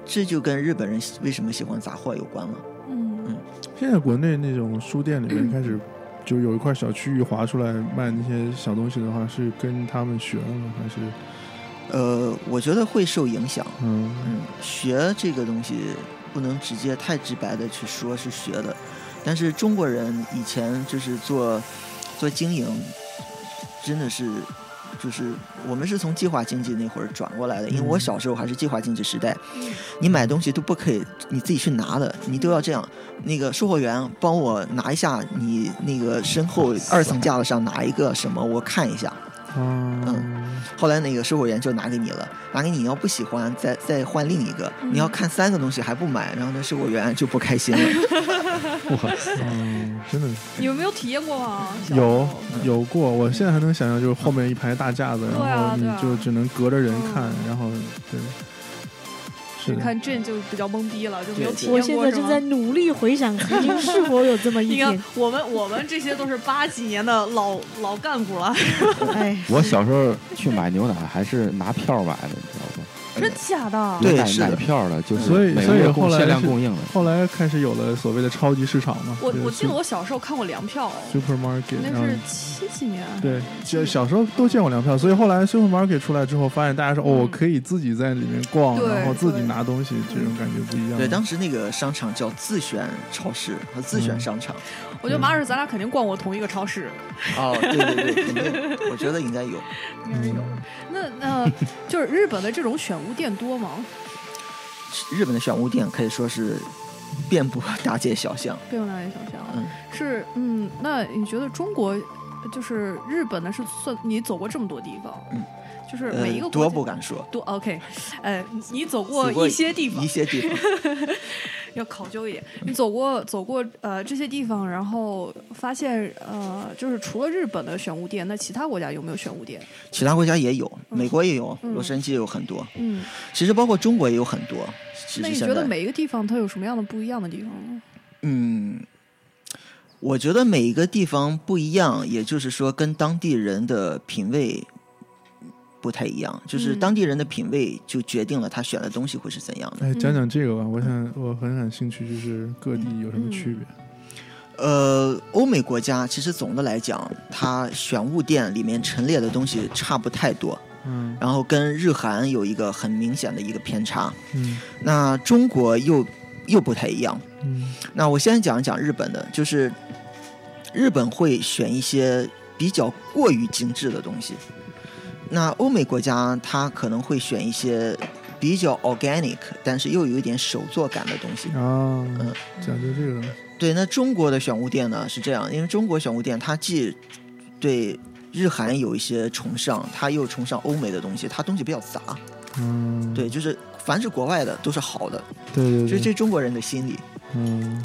Speaker 3: 这就跟日本人为什么喜欢杂货有关了。
Speaker 1: 嗯
Speaker 4: 现在国内那种书店里面开始。就有一块小区域划出来卖那些小东西的话，是跟他们学的吗？还是
Speaker 3: 呃，我觉得会受影响，
Speaker 4: 嗯
Speaker 3: 嗯，学这个东西不能直接太直白的去说是学的，但是中国人以前就是做做经营，真的是就是我们是从计划经济那会儿转过来的，因为我小时候还是计划经济时代，
Speaker 1: 嗯
Speaker 3: 你买东西都不可以你自己去拿的，你都要这样，那个售货员帮我拿一下你那个身后二层架子上拿一个什么，我看一下，
Speaker 4: 啊，
Speaker 3: 后来那个售货员就拿给你了，拿给你，你要不喜欢再再换另一个。
Speaker 1: 嗯
Speaker 3: 你要看三个东西还不买，然后那售货员就不开 心了。
Speaker 4: 嗯，真的
Speaker 1: 你们没有体验过吗？小时
Speaker 4: 有
Speaker 1: 候
Speaker 4: 有过，我现在还能想象，就是后面一排大架子，然
Speaker 1: 对啊
Speaker 4: 后你
Speaker 1: 对啊
Speaker 4: 就只能隔着人看
Speaker 1: 嗯，
Speaker 4: 然后对，是
Speaker 1: 你
Speaker 4: 的，
Speaker 1: 看这就比较懵逼了，就没有
Speaker 3: 对
Speaker 1: 体
Speaker 5: 我
Speaker 1: 验
Speaker 5: 现
Speaker 1: 过
Speaker 5: 在
Speaker 1: 是
Speaker 5: 正
Speaker 1: 吗
Speaker 5: 在努力回想曾经是否有这么一
Speaker 1: 你 看
Speaker 5: 天。，
Speaker 1: 我们我们这些都是八几年的老老 干部了，
Speaker 5: 哎，
Speaker 6: 我小时候去买牛奶还是拿票买的，你知道吗？
Speaker 1: 真假的？
Speaker 3: 对
Speaker 6: 奶
Speaker 3: 是的
Speaker 6: 奶票了，就是
Speaker 4: 所以
Speaker 6: 每
Speaker 4: 所
Speaker 6: 个
Speaker 4: 以
Speaker 6: 月
Speaker 4: 后
Speaker 6: 供
Speaker 4: 来
Speaker 6: 限量
Speaker 4: 是
Speaker 6: 供应了。
Speaker 4: 后来开始有了所谓的超级市场嘛，
Speaker 1: 我
Speaker 4: 就是
Speaker 1: 我记得我小时候看过粮票，
Speaker 4: supermarket，然
Speaker 1: 那
Speaker 4: 后
Speaker 3: 嗯
Speaker 1: 是七几年，
Speaker 4: 对，就小时候都见过粮票，所以后来 supermarket 出来之后，发现大家说、哦，
Speaker 1: 嗯
Speaker 4: 我可以自己在里面逛，
Speaker 1: 对
Speaker 4: 然后自己
Speaker 1: 对
Speaker 4: 拿东西，这种感觉不一样。
Speaker 3: 对，当时那个商场叫自选超市和自选商场。
Speaker 1: 我觉得马老师咱俩肯定逛过同一个超市，
Speaker 3: 哦，对对对，肯定，我觉得应该有。
Speaker 1: 应该是
Speaker 3: 嗯
Speaker 1: 有。那那就是日本的这种选物店多吗？
Speaker 3: 日本的选物店可以说是遍布大街小巷。
Speaker 1: 并不了解想象。
Speaker 3: 嗯
Speaker 1: 是嗯，那你觉得中国就是日本呢？是算你走过这么多地方，
Speaker 3: 嗯
Speaker 1: 就是
Speaker 3: 呃
Speaker 1: 每一个，国
Speaker 3: 多
Speaker 1: 家
Speaker 3: 不敢说，
Speaker 1: 多 OK，哎，你你走过
Speaker 3: 走过
Speaker 1: 一些地方
Speaker 3: 一，些地 方。
Speaker 1: 要考究一点。你走过走过呃这些地方，然后发现呃，就是除了日本的选物店，那其他国家有没有选物店？
Speaker 3: 其他国家也有，
Speaker 1: 嗯
Speaker 3: 美国也有，
Speaker 1: 嗯
Speaker 3: 洛杉矶也有很多，
Speaker 1: 嗯，
Speaker 3: 其实包括中国也有很多。其
Speaker 1: 那
Speaker 3: 实
Speaker 1: 你
Speaker 3: 现
Speaker 1: 觉得
Speaker 3: 在，
Speaker 1: 每一个地方它有什么样的不一样的地方呢？
Speaker 3: 嗯，我觉得每一个地方不一样，也就是说跟当地人的品味不太一样，就是
Speaker 1: 嗯
Speaker 3: 当地人的品味就决定了他选的东西会是怎样的。
Speaker 4: 哎，
Speaker 1: 嗯
Speaker 4: 讲讲这个吧，我想我很感兴趣，就是各地有什么区别？
Speaker 3: 呃，欧美国家其实总的来讲，它选物店里面陈列的东西差不太多，
Speaker 4: 嗯
Speaker 3: 然后跟日韩有一个很明显的一个偏差。
Speaker 4: 嗯
Speaker 3: 那中国又又不太一样。
Speaker 4: 嗯
Speaker 3: 那我先讲一讲日本的，就是日本会选一些比较过于精致的东西。那欧美国家它可能会选一些比较 organic，但是又有一点手作感的东西。
Speaker 4: 啊
Speaker 3: 嗯，
Speaker 4: 讲究这个东西，
Speaker 3: 对，那中国的选物店呢是这样，因为中国选物店它既对日韩有一些崇尚，它又崇尚欧美的东西，它东西比较杂。
Speaker 4: 嗯，
Speaker 3: 对，就是凡是国外的都是好的，
Speaker 4: 对
Speaker 3: 这
Speaker 4: 对
Speaker 3: 这
Speaker 4: 对，
Speaker 3: 是中国人的心理。
Speaker 4: 嗯，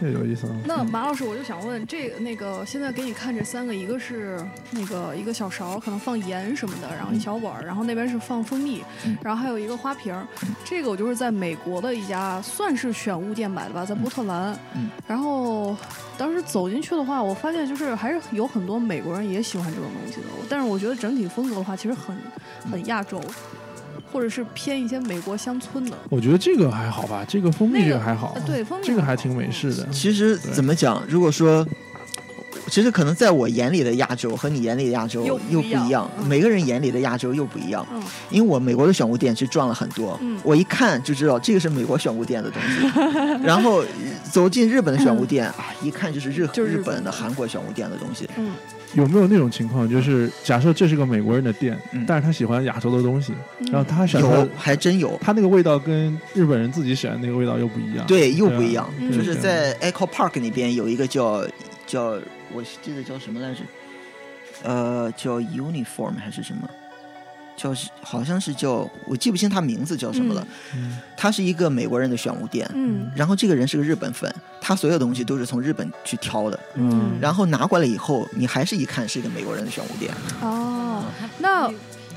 Speaker 4: 这有意思啊。
Speaker 1: 那马老师，我就想问，这个那个现在给你看这三个，一个是那个一个小勺，可能放盐什么的，然后一小碗儿，然后那边是放蜂蜜，
Speaker 3: 嗯
Speaker 1: 然后还有一个花瓶儿。这个我就是在美国的一家算是选物店买的吧，在波特兰。
Speaker 3: 嗯
Speaker 1: 然后当时走进去的话，我发现就是还是有很多美国人也喜欢这种东西的，但是我觉得整体风格的话，其实很
Speaker 3: 嗯
Speaker 1: 很亚洲，或者是偏一些美国乡村的。
Speaker 4: 我觉得这个还好吧，这个蜂蜜
Speaker 1: 那
Speaker 4: 这
Speaker 1: 个
Speaker 4: 个还好啊
Speaker 1: 呃，对蜂蜜
Speaker 4: 这个
Speaker 1: 还
Speaker 4: 还
Speaker 1: 好
Speaker 4: 挺美式的。
Speaker 3: 其实
Speaker 4: 对
Speaker 3: 怎么讲？如果说，其实可能在我眼里的亚洲和你眼里的亚洲
Speaker 1: 又
Speaker 3: 又
Speaker 1: 不
Speaker 3: 不一样，
Speaker 1: 一样嗯
Speaker 3: 每个人眼里的亚洲又不一样。
Speaker 1: 嗯
Speaker 3: 因为我美国的选物店是赚了很多，
Speaker 1: 嗯
Speaker 3: 我一看就知道这个是美国选物店的东西。 然后呃走进日本的选物店，啊，一看就是日
Speaker 1: 嗯就是日
Speaker 3: 日
Speaker 1: 本
Speaker 3: 本的韩国选物店的东西。
Speaker 1: 嗯
Speaker 4: 有没有那种情况，就是假设这是个美国人的店，
Speaker 3: 嗯
Speaker 4: 但是他喜欢亚洲的东西，
Speaker 1: 嗯
Speaker 4: 然后他选他
Speaker 3: 有，还真有，
Speaker 4: 他那个味道跟日本人自己选的那个味道又不一样。
Speaker 3: 对，又
Speaker 4: 啊
Speaker 3: 不一样。
Speaker 1: 嗯
Speaker 4: 对
Speaker 3: 就是
Speaker 4: 对
Speaker 3: 在 Echo Park 那边有一个叫叫，我记得叫什么来着？呃，叫 Uniform 还是什么？叫好像是叫，我记不清他名字叫什么了。
Speaker 4: 嗯
Speaker 3: 他是一个美国人的选物店，
Speaker 1: 嗯
Speaker 3: 然后这个人是个日本粉，他所有东西都是从日本去挑的，
Speaker 1: 嗯
Speaker 3: 然后拿过来以后，你还是一看是一个美国人的选物店。
Speaker 1: 哦，
Speaker 3: 嗯
Speaker 1: 那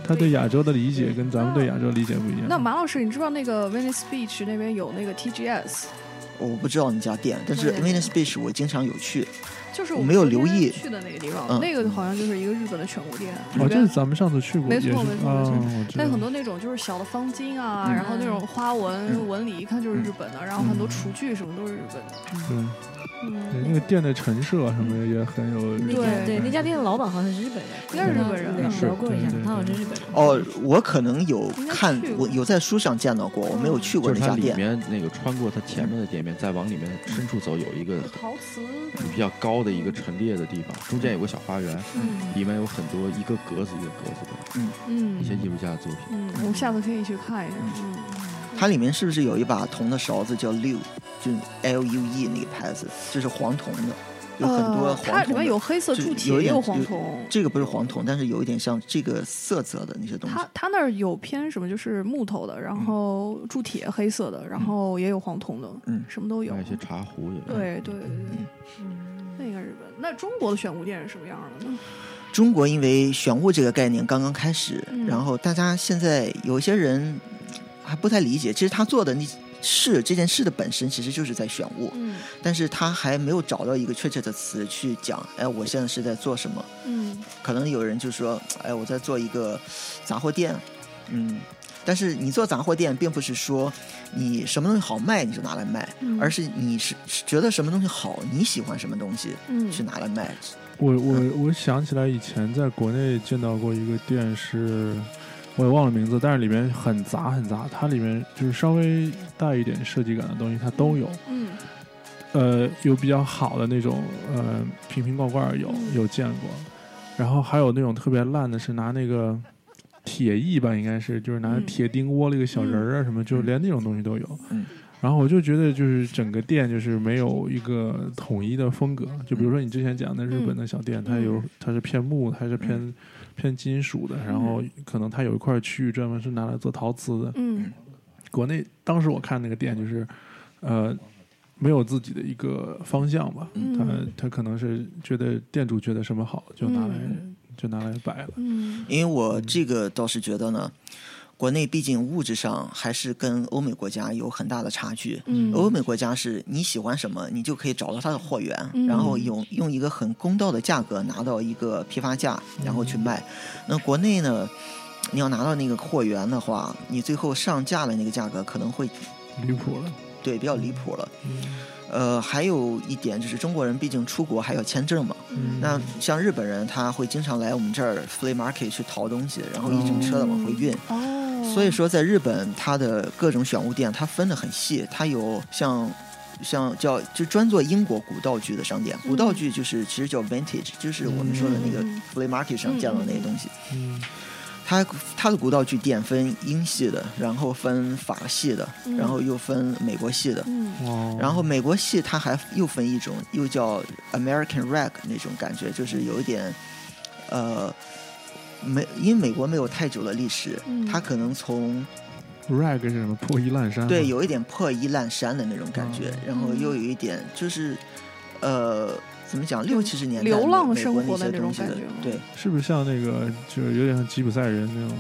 Speaker 4: 他对亚洲的理解跟咱们对亚洲理解不
Speaker 3: 嗯
Speaker 4: 一样。
Speaker 1: 那马老师，你知不知道那个 Venice Beach 那边有那个 TGS，
Speaker 3: 我不知道那家店，但是
Speaker 1: 对对对
Speaker 3: Venice Beach 我经常有去，
Speaker 1: 就是
Speaker 3: 我没有
Speaker 1: 昨天
Speaker 3: 留意
Speaker 1: 去的那个地方，
Speaker 3: 嗯
Speaker 1: 那个好像就是一个日本的全屋店，
Speaker 4: 哦，
Speaker 1: 里
Speaker 4: 这是
Speaker 1: 边
Speaker 4: 咱们上次去过，
Speaker 1: 没
Speaker 4: 也
Speaker 1: 错
Speaker 4: 是
Speaker 1: 没
Speaker 4: 啊，
Speaker 1: 错没错
Speaker 4: 我知
Speaker 1: 它有很多
Speaker 4: 道。
Speaker 1: 那种就是小的方巾啊，
Speaker 3: 嗯
Speaker 1: 然后那种花纹、
Speaker 3: 嗯
Speaker 1: 纹理，一看就是日本的，然后很多厨具什么都是日本的。
Speaker 4: 对，对，那
Speaker 1: 嗯，
Speaker 4: 个店的陈设什么的也很有。
Speaker 5: 那
Speaker 1: 对
Speaker 5: 家对那家店的老板好像是日本人，
Speaker 1: 应该是日本人
Speaker 5: 我跟他聊过一下
Speaker 4: 是对对，
Speaker 5: 他好像是日本人。
Speaker 3: 哦，我可能有
Speaker 1: 应该
Speaker 3: 看
Speaker 1: 去，过
Speaker 3: 我有在书上见到过，我没有去过
Speaker 6: 就
Speaker 3: 那
Speaker 6: 是它
Speaker 3: 家
Speaker 6: 里
Speaker 3: 店。
Speaker 6: 面那个穿过它前面的店面，再往里面深处走，有一个
Speaker 1: 有陶瓷，
Speaker 6: 比较高的一个陈列的地方，中间有个小花园，
Speaker 1: 嗯
Speaker 6: 里面有很多一个格子一个格子的一些
Speaker 1: 嗯
Speaker 6: 艺术家的作品。
Speaker 1: 嗯，我们下次可以去看一下。嗯，
Speaker 3: 它里面是不是有一把铜的勺子叫 Lue，就 L U E 那个牌子，这是黄铜的，有很多
Speaker 1: 呃
Speaker 3: 黄铜的。
Speaker 1: 它里面有黑色
Speaker 3: 就
Speaker 1: 铸铁，
Speaker 3: 有一
Speaker 1: 也
Speaker 3: 点
Speaker 1: 有黄铜。
Speaker 3: 这个不是黄铜，但是有一点像这个色泽的那些东西。
Speaker 1: 它它那儿有偏什么，就是木头的，然后铸铁黑色的，然后也有黄铜的，
Speaker 3: 嗯
Speaker 1: 什么都有
Speaker 6: 还有。一些茶壶也，
Speaker 1: 对对对对，
Speaker 3: 嗯
Speaker 1: 那应该是日本。那中国的选物店是什么样的呢？
Speaker 3: 中国因为玄物这个概念刚刚开始，
Speaker 1: 嗯
Speaker 3: 然后大家现在有些人还不太理解，其实他做的那事这件事的本身其实就是在选物，
Speaker 1: 嗯
Speaker 3: 但是他还没有找到一个确切的词去讲，哎，我现在是在做什么。
Speaker 1: 嗯
Speaker 3: 可能有人就说，哎，我在做一个杂货店，嗯，但是你做杂货店，并不是说你什么东西好卖你就拿来卖，
Speaker 1: 嗯
Speaker 3: 而是你是是觉得什么东西好，你喜欢什么东西
Speaker 1: 嗯
Speaker 3: 去拿来卖。
Speaker 4: 我我我想起来以前在国内见到过一个店是，我也忘了名字，但是里面很杂很杂，它里面就是稍微带一点设计感的东西它都有，
Speaker 1: 嗯
Speaker 4: 呃，有比较好的那种呃瓶瓶罐罐儿有
Speaker 1: 嗯
Speaker 4: 有见过，然后还有那种特别烂的是拿那个铁艺吧，应该是就是拿
Speaker 1: 嗯
Speaker 4: 铁钉窝了一个小人儿啊什么，就连那种东西都有，
Speaker 3: 嗯
Speaker 4: 然后我就觉得，就是整个店就是没有一个统一的风格。就比如说你之前讲的日本的小店，它有它是偏木，它是偏偏金属的，然后可能它有一块区域专门是拿来做陶瓷的。
Speaker 1: 嗯
Speaker 4: 国内当时我看那个店就是，呃，没有自己的一个方向吧。
Speaker 1: 嗯
Speaker 4: 他他可能是觉得店主觉得什么好，就拿来、
Speaker 1: 嗯
Speaker 4: 就拿来摆了。
Speaker 1: 嗯
Speaker 3: 因为我这个倒是觉得呢，国内毕竟物质上还是跟欧美国家有很大的差距。
Speaker 1: 嗯
Speaker 3: 欧美国家是你喜欢什么，你就可以找到它的货源，
Speaker 1: 嗯
Speaker 3: 然后用用一个很公道的价格拿到一个批发价，然后去卖。那国内呢，你要拿到那个货源的话，你最后上架的那个价格可能会
Speaker 4: 离谱了。
Speaker 3: 对比较离谱了。
Speaker 4: 嗯
Speaker 3: 呃，还有一点就是中国人毕竟出国还要签证嘛，
Speaker 4: 嗯
Speaker 3: 那像日本人他会经常来我们这儿 flea market 去淘东西，然后一整车的往回运。
Speaker 1: 哦，
Speaker 4: 嗯
Speaker 3: 所以说，在日本，它的各种选物店，它分得很细，它有像像叫就专做英国古道具的商店，古
Speaker 4: 嗯
Speaker 3: 道具就是其实叫 vintage，就是我们说的那个
Speaker 1: 嗯
Speaker 3: flea market 上见到那些东西。
Speaker 4: 嗯
Speaker 3: 它它的古道具店分英系的，然后分法系的，
Speaker 4: 嗯
Speaker 3: 然后又分美国系的。
Speaker 1: 哦嗯
Speaker 4: 哦
Speaker 3: 然后美国系它还又分一种，又叫 American Rag 那种感觉，就是有一点，呃，没因为美国没有太久的历史，
Speaker 1: 嗯
Speaker 3: 它可能从
Speaker 4: rag 是什么破衣烂衫吗？
Speaker 3: 对
Speaker 1: 嗯
Speaker 3: 有一点破衣烂衫的那种感觉，
Speaker 1: 哦
Speaker 3: 然后又有一点就是，呃，怎么讲六七十年代
Speaker 1: 流
Speaker 3: 美
Speaker 1: 浪
Speaker 3: 美
Speaker 1: 生
Speaker 3: 国
Speaker 1: 活
Speaker 3: 那
Speaker 1: 的那
Speaker 3: 些东
Speaker 1: 种
Speaker 3: 西的
Speaker 1: 感觉吗
Speaker 3: 对，呃
Speaker 4: 是不是像那个，就是有点像吉普赛人那种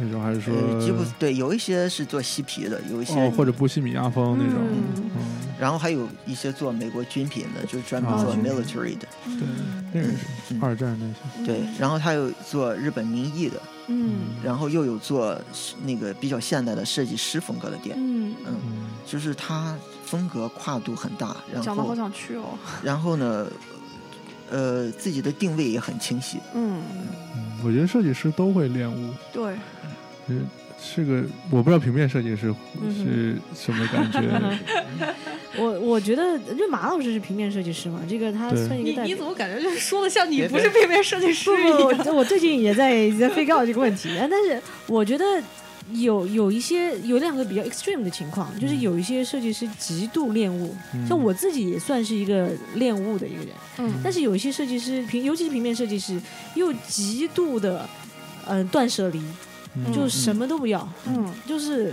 Speaker 4: 那种，还是说、
Speaker 3: 呃，吉普对有一些是做嬉皮的，有一些，
Speaker 4: 哦，或者波西米亚风那种？
Speaker 1: 嗯
Speaker 4: 嗯，
Speaker 3: 然后还有一些做美国军品的，就是专门
Speaker 4: 哦
Speaker 3: 做
Speaker 4: 军品
Speaker 3: military 的，
Speaker 1: 嗯
Speaker 4: 嗯对，那个是
Speaker 3: 嗯
Speaker 4: 二战那些。
Speaker 3: 对，然后还有做日本民艺的。
Speaker 1: 嗯
Speaker 3: 然后又有做那个比较现代的设计师风格的店，
Speaker 1: 嗯，
Speaker 3: 嗯，
Speaker 4: 嗯，
Speaker 3: 就是它风格跨度很大，然
Speaker 1: 讲的好
Speaker 3: 后
Speaker 1: 想去哦，
Speaker 3: 然后呢，呃，自己的定位也很清晰，
Speaker 1: 嗯，
Speaker 4: 嗯我觉得设计师都会练物，
Speaker 1: 对，
Speaker 4: 嗯，是个我不知道平面设计师
Speaker 5: 嗯哼嗯
Speaker 4: 是什么感 觉，
Speaker 5: 我我觉得，就马老师是平面设计师嘛，这个他
Speaker 4: 对
Speaker 5: 算一
Speaker 1: 你
Speaker 5: 个代
Speaker 1: 你
Speaker 5: 表
Speaker 1: 怎。么感觉就是说的像你
Speaker 3: 别
Speaker 1: 不是平面设计师一样？
Speaker 5: 不不，我我最近也在也在非告这个问题，哎但是我觉得有有一些有两个比较 extreme 的情况，就是有一些设计师极度恋物，
Speaker 4: 嗯
Speaker 5: 像我自己也算是一个恋物的一个人，
Speaker 1: 嗯
Speaker 5: 但是有一些设计师平，尤其是平面设计师，又极度的嗯、呃断舍离，
Speaker 4: 嗯
Speaker 5: 就什么都不要，
Speaker 1: 嗯
Speaker 5: 就是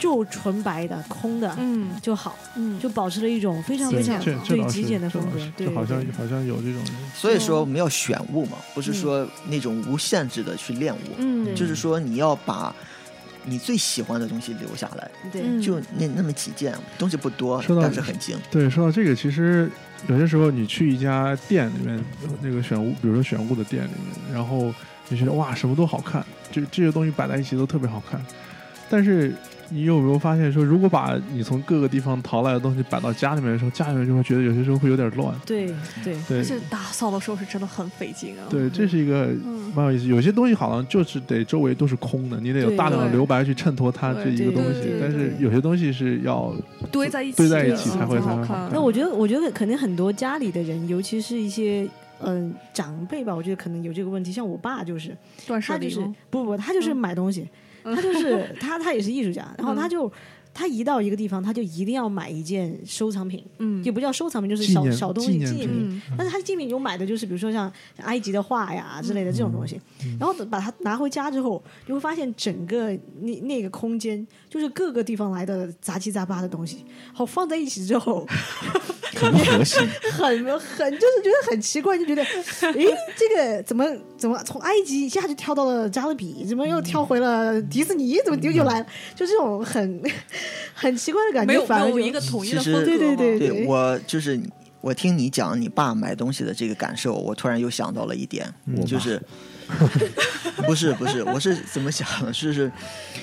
Speaker 5: 就纯白的空的
Speaker 1: 嗯
Speaker 5: 就好，
Speaker 1: 嗯，
Speaker 5: 啊就保持了一种非常
Speaker 4: 对
Speaker 5: 非常
Speaker 4: 这这
Speaker 5: 对
Speaker 4: 倒是
Speaker 5: 极简的
Speaker 4: 这
Speaker 5: 风
Speaker 4: 倒
Speaker 5: 格
Speaker 4: 是，
Speaker 5: 对，
Speaker 4: 就好像
Speaker 5: 对
Speaker 4: 好像有这种人，
Speaker 3: 所以说我们要选物嘛，
Speaker 5: 嗯
Speaker 3: 不是说那种无限制的去练物，
Speaker 1: 嗯
Speaker 3: 就是说你要把你最喜欢的东西留下来，
Speaker 5: 对。
Speaker 1: 嗯
Speaker 3: 就那那么几件，东西不多
Speaker 4: 说，到
Speaker 3: 但是很精，
Speaker 4: 对，说到这个，其实有些时候你去一家店里面，呃那个选物，比如说选物的店里面，然后你觉得哇，什么都好看，这这些东西摆在一起都特别好看。但是你有没有发现说，如果把你从各个地方淘来的东西摆到家里面的时候，家里面就会觉得有些时候会有点乱。
Speaker 5: 对对，
Speaker 4: 对
Speaker 1: 而且打扫的时候是真的很费劲啊。
Speaker 4: 对，这是一个
Speaker 1: 嗯，
Speaker 4: 蛮有意思。有些东西好像就是得周围都是空的，你得有
Speaker 5: 对
Speaker 4: 大量的
Speaker 1: 对
Speaker 4: 留白去衬托它这
Speaker 1: 对
Speaker 4: 一个东
Speaker 5: 对
Speaker 4: 西
Speaker 5: 对。
Speaker 4: 但是
Speaker 5: 对
Speaker 4: 有些东西是要
Speaker 1: 堆在一起，
Speaker 4: 堆在一
Speaker 5: 起才
Speaker 1: 嗯
Speaker 4: 会
Speaker 1: 才
Speaker 4: 才会好
Speaker 1: 看。
Speaker 4: 看
Speaker 5: 那我觉得，我觉得可能很多家里的人，尤其是一些嗯、长辈吧，我觉得可能有这个问题。像我爸就是，
Speaker 1: 断舍
Speaker 5: 他就
Speaker 1: 离
Speaker 5: 是
Speaker 1: 吗，
Speaker 5: 不不，他就是
Speaker 1: 嗯
Speaker 5: 买东西，他就是 他他也是艺术家，然后他就。他一到一个地方，他就一定要买一件收藏品，
Speaker 1: 嗯
Speaker 5: 也不叫收藏品，就是嗯
Speaker 4: 纪
Speaker 5: 小
Speaker 4: 念
Speaker 5: 小东西
Speaker 4: 纪念
Speaker 5: 纪念
Speaker 4: 品
Speaker 5: 品。但是他纪念品有买的就是，比如说像像埃及的画呀之类的这种东西。
Speaker 4: 嗯
Speaker 5: 然后把它拿回家之后，你会发现整个那那个空间就是各个地方来的杂七杂八的东西，好放在一起之后，
Speaker 2: 很不和谐。
Speaker 5: 很 很就是觉得很奇怪，就觉得，诶，这个怎么怎么从埃及一下就跳到了加勒比，怎么又跳回了迪士尼，怎么又又来了？就这种很 很奇怪的感
Speaker 1: 没
Speaker 5: 觉
Speaker 1: 有，
Speaker 5: 反
Speaker 1: 没
Speaker 5: 而
Speaker 1: 有
Speaker 5: 就
Speaker 1: 一个统一的风
Speaker 3: 其实
Speaker 1: 格吗
Speaker 5: 对对对
Speaker 3: 对我就是我听你讲你爸买东西的这个感受，我突然又想到了一点，
Speaker 4: 我
Speaker 3: 就
Speaker 4: 爸
Speaker 3: 是 不是不是，我是怎么想的？就是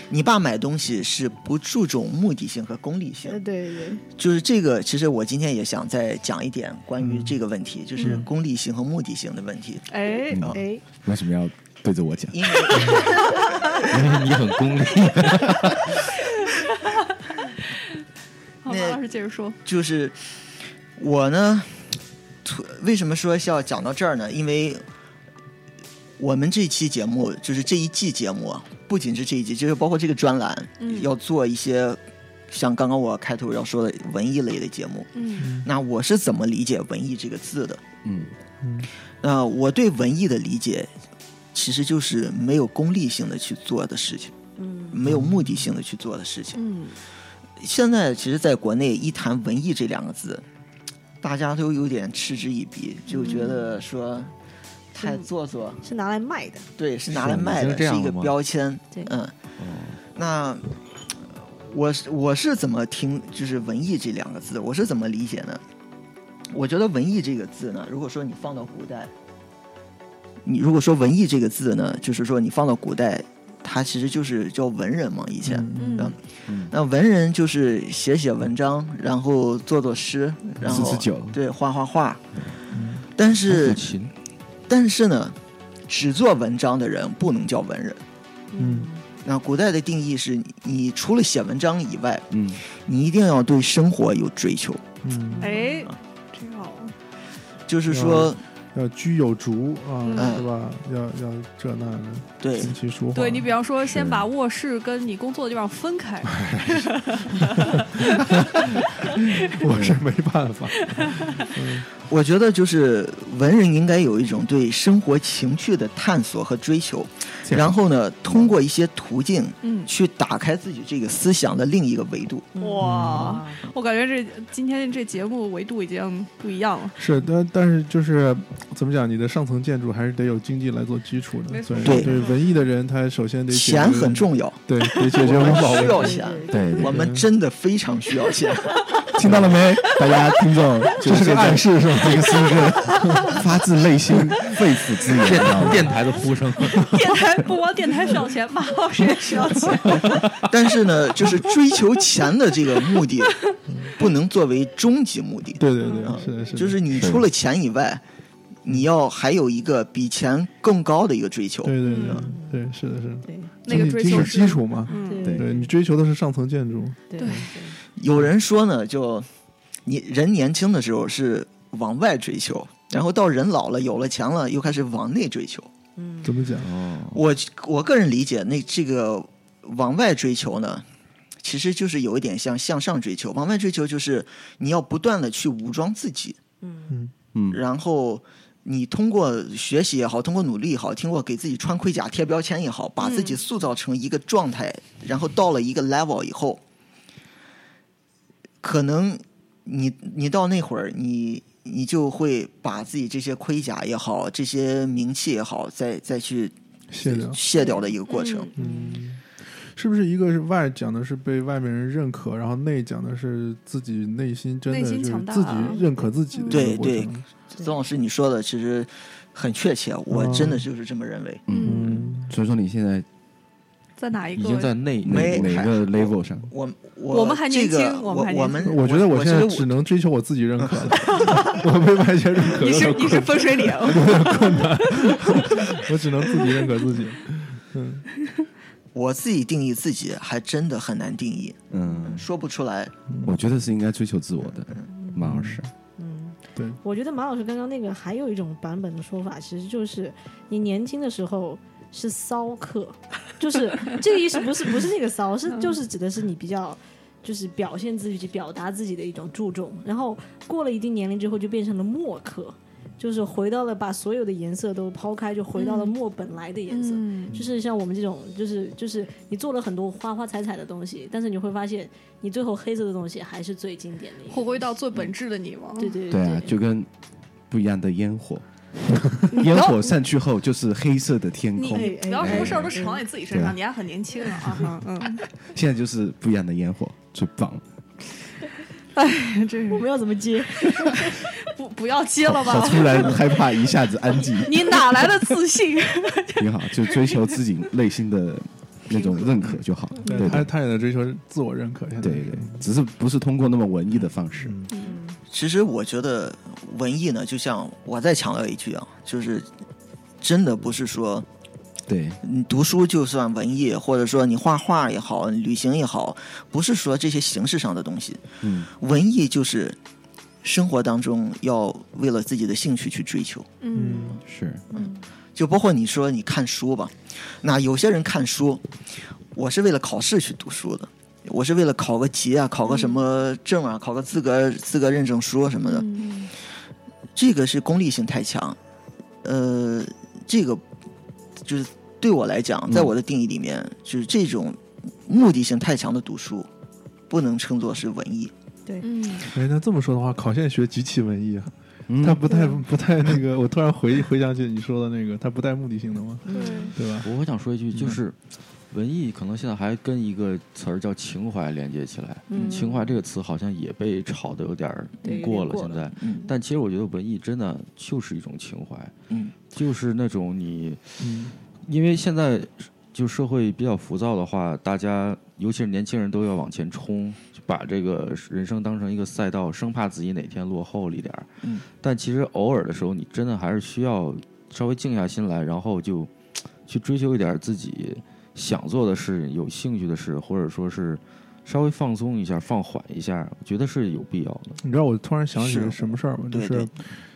Speaker 3: 你爸买东西是不注重目的性和功利性
Speaker 7: 呃，，对对，
Speaker 3: 就是这个。其实我今天也想再讲一点关于这个问题，就是
Speaker 4: 嗯
Speaker 3: 功利性和目的性的问题，
Speaker 7: 哎
Speaker 2: 嗯
Speaker 7: 哎，
Speaker 2: 为什么要对着我讲？
Speaker 3: 因为。
Speaker 6: 因 为你很功利，
Speaker 1: 好，
Speaker 3: 那
Speaker 1: 马老师接着说。
Speaker 3: 就是我呢，突为什么说是要讲到这儿呢？因为我们这期节目，就是这一季节目啊，不仅是这一季，就是包括这个专栏，
Speaker 1: 嗯
Speaker 3: 要做一些像刚刚我开头要说的文艺类的节目。
Speaker 1: 嗯
Speaker 3: 那我是怎么理解“文艺”这个字的？
Speaker 6: 嗯，
Speaker 3: 那呃我对文艺的理解，其实就是没有功利性的去做的事情，
Speaker 5: 嗯
Speaker 3: 没有目的性的去做的事情。
Speaker 5: 嗯，
Speaker 3: 现在其实，在国内一谈文艺这两个字，大家都有点嗤之以鼻，就觉得说太做作。
Speaker 7: 是拿来卖的，
Speaker 3: 对，是拿
Speaker 6: 是
Speaker 3: 来
Speaker 6: 已
Speaker 3: 卖
Speaker 6: 经
Speaker 3: 的，是
Speaker 6: 这样
Speaker 3: 一个
Speaker 6: 了吗哦
Speaker 3: 标签。
Speaker 5: 对
Speaker 3: 嗯，那我是我是怎么听就是文艺这两个字，我是怎么理解呢？我觉得文艺这个字呢，如果说你放到古代，你如果说文艺这个字呢，就是说你放到古代，它其实就是叫文人嘛，以前。
Speaker 4: 嗯
Speaker 3: 嗯那文人就是写写文章，然后做做诗，然后
Speaker 2: 四十九
Speaker 3: 对画画画。
Speaker 6: 嗯
Speaker 3: 但是
Speaker 6: 琴，
Speaker 3: 但是呢，只做文章的人不能叫文人。
Speaker 4: 嗯
Speaker 3: 那古代的定义是你你除了写文章以外，
Speaker 6: 嗯，
Speaker 3: 你一定要对生活有追求，
Speaker 4: 嗯，
Speaker 1: 哎，这个好
Speaker 5: 嗯
Speaker 3: 就是说，
Speaker 4: 啊要居有竹啊，
Speaker 3: 嗯
Speaker 4: 是吧？要要这那的，
Speaker 3: 对
Speaker 4: 琴棋书画。
Speaker 1: 对你比方
Speaker 5: 嗯
Speaker 1: 说，先把卧室跟你工作的地方分开，
Speaker 4: 我是没办法。
Speaker 3: 我觉得就是文人应该有一种对生活情趣的探索和追求，
Speaker 2: 这样
Speaker 3: 然后呢，通过一些途径
Speaker 1: 嗯，
Speaker 3: 去打开自己这个思想的另一个维度。
Speaker 1: 哇，我感觉这今天这节目维度已经不一样了，
Speaker 4: 是，但但是就是怎么讲，你的上层建筑还是得有经济来做基础
Speaker 1: 没
Speaker 4: 的。
Speaker 1: 错
Speaker 4: 所以
Speaker 3: 对
Speaker 4: 对文艺的人，他首先得解
Speaker 3: 钱
Speaker 4: 决
Speaker 3: 很，重要，
Speaker 4: 对，得解决
Speaker 3: 我
Speaker 4: 温
Speaker 3: 们
Speaker 4: 饱
Speaker 3: 需要
Speaker 4: 问题。
Speaker 1: 啊
Speaker 3: 钱，
Speaker 2: 对，对
Speaker 3: 我们真的非常需要钱。
Speaker 2: 听到了没？大家听众，这是个暗示是吧？这个是一个发自内心、肺腑之言，你知道吗
Speaker 6: 电台的哦呼 声，
Speaker 1: 电台 不光电台需要钱，马老师也需要钱。
Speaker 3: 但是呢，就是追求钱的这个目 的，不能作为终极目的。
Speaker 4: 对对对，是的，是的，
Speaker 3: 嗯就是你除了钱以外，你要还有一个比钱更高的一个追求。
Speaker 4: 对对对对，是的，是的。
Speaker 5: 对
Speaker 1: 嗯那个
Speaker 4: 经济
Speaker 1: 追
Speaker 4: 基
Speaker 1: 求
Speaker 4: 础
Speaker 1: 是
Speaker 4: 基础嘛，
Speaker 1: 嗯，
Speaker 5: 对
Speaker 4: 对你追求的是上层建筑，
Speaker 5: 对
Speaker 1: 对
Speaker 5: 对，
Speaker 3: 有人说呢，就你人年轻的时候是往外追求，然后到人老了有了钱了，又开始往内追求。
Speaker 5: 嗯
Speaker 4: 怎么讲？
Speaker 3: 我我个人理解，那这个往外追求呢，其实就是有一点像向上追求。往外追求就是你要不断的去武装自己，
Speaker 5: 嗯
Speaker 6: 嗯，
Speaker 3: 然后你通过学习也好，通过努力也好，通过给自己穿盔甲、贴标签也好，把自
Speaker 1: 嗯
Speaker 3: 己塑造成一个状态，然后到了一个 level 以后，可能你你到那会儿，你你就会把自己这些盔甲也好，这些名气也好，再再去
Speaker 4: 谢了。
Speaker 3: 卸掉的一个过程。
Speaker 4: 嗯，是不是一个是外讲的是被外面人认可，然后内讲的是自己内心真的
Speaker 1: 内
Speaker 4: 就
Speaker 1: 心
Speaker 4: 是
Speaker 1: 强大
Speaker 4: 自己认可自己的一个
Speaker 3: 对
Speaker 4: 过程？
Speaker 3: 曾老师，你说的其实很确切，我
Speaker 4: 嗯
Speaker 3: 真的就是这么认为。
Speaker 1: 嗯，
Speaker 4: 嗯，
Speaker 6: 所以说你现在
Speaker 1: 在哪一
Speaker 6: 已经在
Speaker 1: 个？
Speaker 6: 内
Speaker 3: 没
Speaker 6: 哪哪个 level 上？
Speaker 3: 我我
Speaker 1: 我们还年
Speaker 3: 这个
Speaker 1: 轻
Speaker 3: 我
Speaker 1: 我们还
Speaker 3: 我
Speaker 1: 年
Speaker 3: 们
Speaker 1: 轻
Speaker 4: 我觉得
Speaker 3: 我
Speaker 4: 我现在
Speaker 3: 觉
Speaker 4: 只
Speaker 3: 得
Speaker 4: 能追求我自己认可了， 我被外界认可
Speaker 1: 你是
Speaker 4: 了，
Speaker 1: 你是分水岭，
Speaker 4: 我只能自己认可自己。嗯，
Speaker 3: 我自己定义自己还真的很难定义，
Speaker 6: 嗯，
Speaker 3: 说不出来。
Speaker 6: 我觉得是应该追求自我的，马老师，
Speaker 5: 嗯，
Speaker 4: 对，
Speaker 5: 我觉得马老师刚刚那个还有一种版本的说法，其实就是你年轻的时候是骚客，就是这个意思，不是不是那个骚，是就是指的是你比较。就是表现自己、表达自己的一种注重，然后过了一定年龄之后，就变成了墨客，就是回到了把所有的颜色都抛开，就回到了墨本来的颜色。
Speaker 1: 嗯
Speaker 5: 就是像我们这种，就是就是你做了很多花花彩彩的东西，但是你会发现，你最后黑色的东西还是最经典的一个。
Speaker 1: 回归到最本质的你嘛。
Speaker 5: 对对
Speaker 6: 对啊，就跟不一样的烟 火，烟火散去后就是黑色的天空，
Speaker 1: 你不要什么事儿都指望你自己身
Speaker 6: 对啊
Speaker 1: 上，你还很年轻啊！啊嗯，
Speaker 6: 现在就是不一样的烟火，最棒。
Speaker 1: 嗯，真是
Speaker 5: 我们要怎么接？
Speaker 1: 不不要接了
Speaker 2: 好
Speaker 1: 吧？
Speaker 2: 突然害怕，一下子安静，
Speaker 1: 你哪来的自信？
Speaker 2: 挺好，就追求自己内心的那种认可就好。 对
Speaker 4: 对他
Speaker 2: 对
Speaker 4: 他也在追求自我认可，现在
Speaker 2: 对对，只是不是通过那么文艺的方式。
Speaker 3: 其实我觉得文艺呢，就像我再强调一句啊，就是真的不是说
Speaker 2: 对，
Speaker 3: 你读书就算文艺，或者说你画画也好，你旅行也好，不是说这些形式上的东西。
Speaker 2: 嗯，
Speaker 3: 文艺就是生活当中要为了自己的兴趣去追求。
Speaker 1: 嗯
Speaker 4: 嗯，
Speaker 2: 是
Speaker 3: 就包括你说你看书吧，那有些人看书，我是为了考试去读书的，我是为了考个级啊，考个什么证啊，考个资格资格认证书什么的，
Speaker 1: 嗯
Speaker 3: 这个是功利性太强。呃，这个就是对我来讲，在我的定义里面，就是这种目的性太强的读书，不能称作是文艺。
Speaker 1: 嗯，
Speaker 4: 哎，那这么说的话，考现学极其文艺啊，
Speaker 2: 嗯
Speaker 4: 他不带不带那个，我突然回回想起你说的那个，他不带目的性的吗？
Speaker 1: 对，
Speaker 4: 对吧？
Speaker 6: 我想说一句，就是文艺可能现在还跟一个词儿叫情怀连接起来，
Speaker 5: 嗯
Speaker 6: 情怀这个词好像也被炒的有点儿
Speaker 5: 对有点
Speaker 6: 过了，
Speaker 5: 过
Speaker 6: 现
Speaker 5: 了
Speaker 6: 在。
Speaker 3: 嗯
Speaker 6: 但其实我觉得文艺真的就是一种情怀，
Speaker 3: 嗯
Speaker 6: 就是那种你，
Speaker 4: 嗯，
Speaker 6: 因为现在就社会比较浮躁的话，大家尤其是年轻人都要往前冲，就把这个人生当成一个赛道，生怕自己哪天落后了一点儿。
Speaker 3: 嗯
Speaker 6: 但其实偶尔的时候，你真的还是需要稍微静下心来，然后就去追求一点自己想做的事、有兴趣的事，或者说是稍微放松一下、放缓一下，我觉得是有必要的。
Speaker 4: 你知道我突然想起
Speaker 3: 是
Speaker 4: 什么事儿吗？就
Speaker 3: 对
Speaker 4: 是
Speaker 3: 对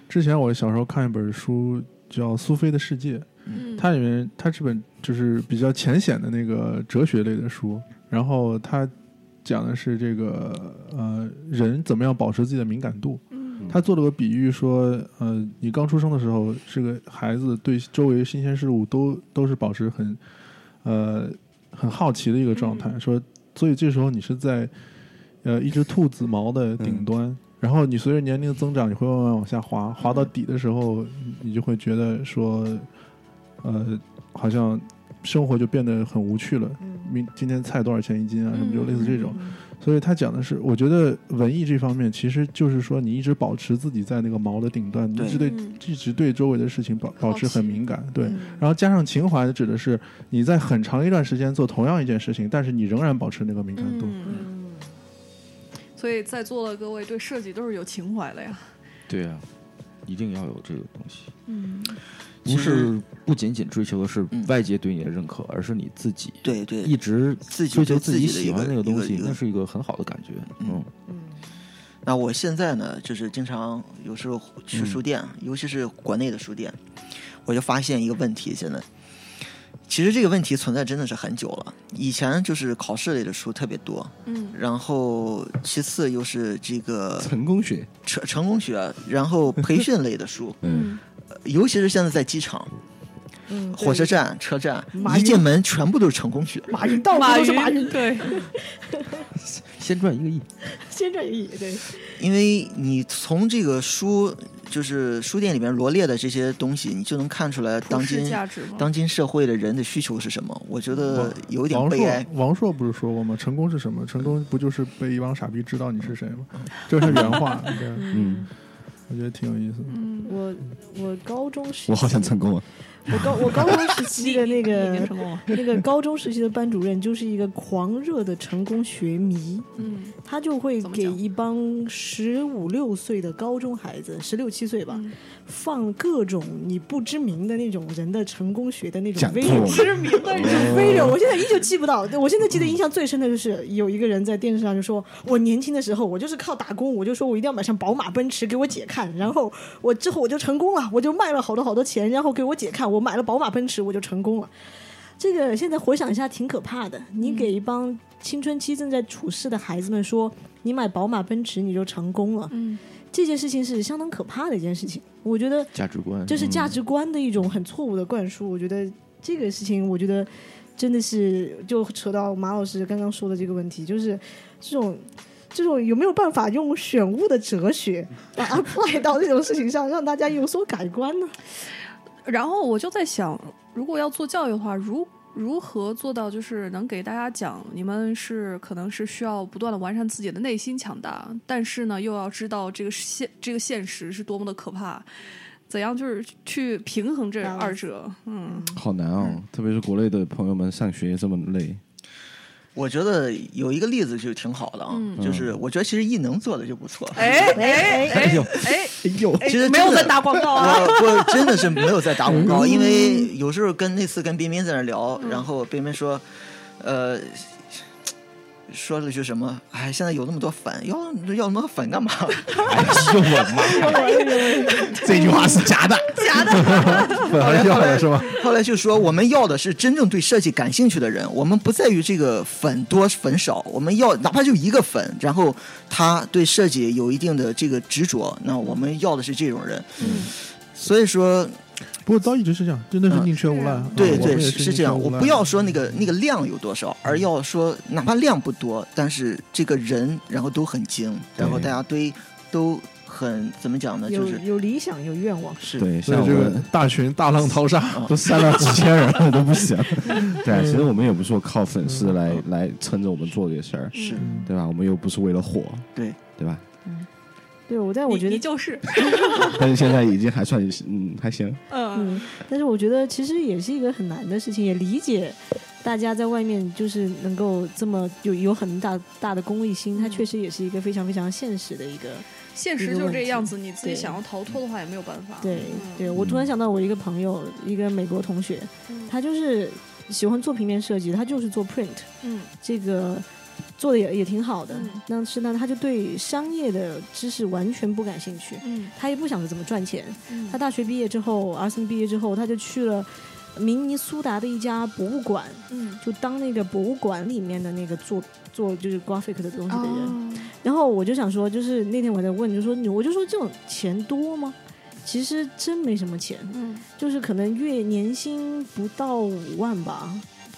Speaker 4: 之前我小时候看一本书叫《苏菲的世界》，
Speaker 1: 嗯
Speaker 4: 它里面它是本就是比较浅显的那个哲学类的书，然后它讲的是这个呃人怎么样保持自己的敏感度。
Speaker 1: 嗯
Speaker 4: 他做了个比喻说，呃，你刚出生的时候是个孩子，对周围新鲜事物都都是保持很呃很好奇的一个状态，
Speaker 1: 嗯
Speaker 4: 说所以这时候你是在呃一只兔子毛的顶端。然后你随着年龄的增长，你会慢慢往下滑，滑
Speaker 1: 嗯
Speaker 4: 到底的时候，你就会觉得说，呃，好像生活就变得很无趣了。明今天菜多少钱一斤啊？什么就类似这种。所以他讲的是，我觉得文艺这方面其实就是说，你一直保持自己在那个毛的顶端，你
Speaker 3: 对
Speaker 4: 一直对
Speaker 1: 嗯
Speaker 4: 一直对周围的事情保保持很敏感，对。
Speaker 1: 嗯
Speaker 4: 然后加上情怀，指的是你在很长一段时间做同样一件事情，但是你仍然保持那个敏感度。
Speaker 1: 嗯，所以在座的各位对设计都是有情怀的呀。
Speaker 6: 对啊，一定要有这个东西，
Speaker 1: 嗯
Speaker 6: 不是不仅仅追求的是
Speaker 3: 嗯
Speaker 6: 外界对你的认可，而是你自己
Speaker 3: 对对，
Speaker 6: 一直
Speaker 3: 自己
Speaker 6: 追求
Speaker 3: 对
Speaker 6: 自
Speaker 3: 己的
Speaker 6: 喜
Speaker 3: 一
Speaker 6: 欢那
Speaker 3: 个
Speaker 6: 东西
Speaker 3: 一，个
Speaker 6: 那是一个很好的感觉。嗯
Speaker 3: 嗯，那我现在呢，就是经常有时候去书店，尤其是国内的书店，我就发现一个问题，真的，其实这个问题存在真的是很久了。以前就是考试类的书特别多，
Speaker 1: 嗯
Speaker 3: 然后其次又是这个
Speaker 2: 成功学，
Speaker 3: 成成功学，然后培训类的书，
Speaker 2: 嗯，
Speaker 3: 尤其是现在在机场、
Speaker 5: 嗯，
Speaker 3: 火车站、车站，
Speaker 5: 马
Speaker 3: 一
Speaker 5: 云
Speaker 3: 进门全部都是成功学。
Speaker 5: 马云到处都是马云，
Speaker 1: 对，
Speaker 6: 先赚一个亿，
Speaker 5: 先这一对，
Speaker 3: 因为你从这个书，就是书店里面罗列的这些东西，你就能看出来当
Speaker 1: 普世
Speaker 3: 今
Speaker 1: 价值嘛。
Speaker 3: 当今社会的人的需求是什么？我觉得有点
Speaker 4: 王
Speaker 3: 悲
Speaker 4: 朔
Speaker 3: 哀。，
Speaker 4: 王朔不是说过吗？成功是什么？成功不就是被一帮傻逼知道你是谁吗？这是原话，对
Speaker 2: 嗯，
Speaker 4: 我觉得挺有意思的。
Speaker 1: 嗯，
Speaker 5: 我我高中时期
Speaker 2: 我好想成功啊！
Speaker 5: 我高我高中时期的那
Speaker 1: 你已经
Speaker 5: 个
Speaker 1: 成功了。
Speaker 5: 那个高中时期的班主任就是一个狂热的成功学迷，
Speaker 1: 嗯
Speaker 5: 他就会
Speaker 1: 怎么
Speaker 5: 给
Speaker 1: 讲
Speaker 5: 一帮十五六岁的高中孩子，十六七岁吧，
Speaker 1: 嗯
Speaker 5: 放各种你不知名的那种人的成功学的那种
Speaker 2: 讲座
Speaker 5: video，
Speaker 1: 知名的
Speaker 5: 那种 video，我现在依旧记不到。我现在记得印象最深的就是有一个人在电视上就说，我年轻的时候我就是靠打工，我就说我一定要买上宝马、奔驰给我姐看，然后我之后我就成功了，我就卖了好多好多钱，然后给我姐看，我买了宝马、奔驰，我就成功了。这个现在回想一下挺可怕的，你给一帮青春期正在处事的孩子们说，你买宝马、奔驰你就成功了，
Speaker 1: 嗯
Speaker 5: 这件事情是相当可怕的一件事情。我觉得
Speaker 6: 价值观嗯
Speaker 5: 这是价
Speaker 1: 嗯
Speaker 5: 值观的一种很错误的灌输。我觉得这个事情，我觉得真的是就扯到马老师刚刚说的这个问题，就是这种这种有没有办法用选物的哲学 把 apply 到这种事情上，让大家有所改观呢？
Speaker 1: 然后我就在想，如果要做教育的话，如如何做到就是能给大家讲，你们是可能是需要不断的完善自己的内心强大，但是呢，又要知道这个现这个现实是多么的可怕，怎样就是去平衡这
Speaker 5: Balance
Speaker 1: 二者？嗯，
Speaker 2: 好难哦，特别是国内的朋友们上学这么累，
Speaker 3: 我觉得有一个例子就挺好的啊，
Speaker 1: 嗯
Speaker 3: 就是我觉得其实异能做的就不错。
Speaker 1: 哎哎哎
Speaker 2: 呦
Speaker 1: 哎
Speaker 2: 哎呦，
Speaker 1: 哎
Speaker 3: 其实，真的
Speaker 1: 没有在打广告啊。
Speaker 3: 我我真的是没有在打广告，因为有时候跟那次跟彬彬在那
Speaker 1: 嗯
Speaker 3: 聊，然后彬彬说，呃，说了句什么，哎，现在有那么多反，要要那么多反干嘛？
Speaker 2: 呦我妈呀！ 这句话是假的，假的， 本来要的是吧？
Speaker 3: 后来就说我们要的是真正对设计感兴趣的人，我们不在于这个粉多粉少，我们要哪怕就一个粉，然后他对设计有一定的这个执着，那我们要的是这种人。
Speaker 1: 嗯
Speaker 3: 所以说，
Speaker 4: 不过刀一直是这样，真的是宁缺毋滥。
Speaker 3: 对
Speaker 4: 啊我
Speaker 3: 对
Speaker 4: 们也嗯
Speaker 3: 是
Speaker 4: 宁
Speaker 3: 这
Speaker 4: 缺
Speaker 3: 样，
Speaker 4: 毋
Speaker 3: 我
Speaker 4: 滥
Speaker 3: 不要说那个那个量有多少，而要说哪怕量不多，但是这个人然后都很精，然后
Speaker 2: 对
Speaker 3: 大家对都很怎么讲呢？就
Speaker 5: 有
Speaker 3: 是
Speaker 5: 有理想有愿望，
Speaker 3: 是
Speaker 2: 对，
Speaker 4: 所
Speaker 2: 像
Speaker 4: 以
Speaker 2: 我
Speaker 4: 这个
Speaker 2: 们
Speaker 4: 大群大浪 淘沙，
Speaker 2: 都删了几千人了都不行。 对啊，其实我们也不是说靠粉丝来
Speaker 3: 嗯
Speaker 2: 来撑着我们做这个事儿，
Speaker 3: 是
Speaker 4: 嗯
Speaker 2: 对吧？我们又不是为了火，
Speaker 3: 对
Speaker 2: 对吧？
Speaker 5: 对我，但
Speaker 1: 你
Speaker 5: 我觉得
Speaker 1: 你就是，
Speaker 2: 但是现在已经还算嗯还行，
Speaker 1: 嗯
Speaker 5: 嗯，但是我觉得其实也是一个很难的事情，也理解大家在外面就是能够这么有有很大大的功利心，它
Speaker 1: 嗯
Speaker 5: 确实也是一个非常非常现实的一个。
Speaker 1: 现实就是这样子，你自己想要逃脱的话也没有办法。
Speaker 5: 对
Speaker 1: 嗯
Speaker 5: 对，我突然想到我一个朋友，一个美国同学，他就是喜欢做平面设计，他就是做 print
Speaker 1: 嗯
Speaker 5: 这个。做的也也挺好的
Speaker 1: 嗯，
Speaker 5: 但是呢，他就对商业的知识完全不感兴趣，
Speaker 1: 嗯
Speaker 5: 他也不想着怎么赚钱，
Speaker 1: 嗯，
Speaker 5: 他大学毕业之后，阿森毕业之后，他就去了明尼苏达的一家博物馆，
Speaker 1: 嗯
Speaker 5: 就当那个博物馆里面的那个做做就是 graphic 的东西的人。
Speaker 1: 哦
Speaker 5: 然后我就想说，就是那天我还在问，就说你，我就说这种钱多吗？其实真没什么钱，
Speaker 1: 嗯
Speaker 5: 就是可能月年薪不到五万吧，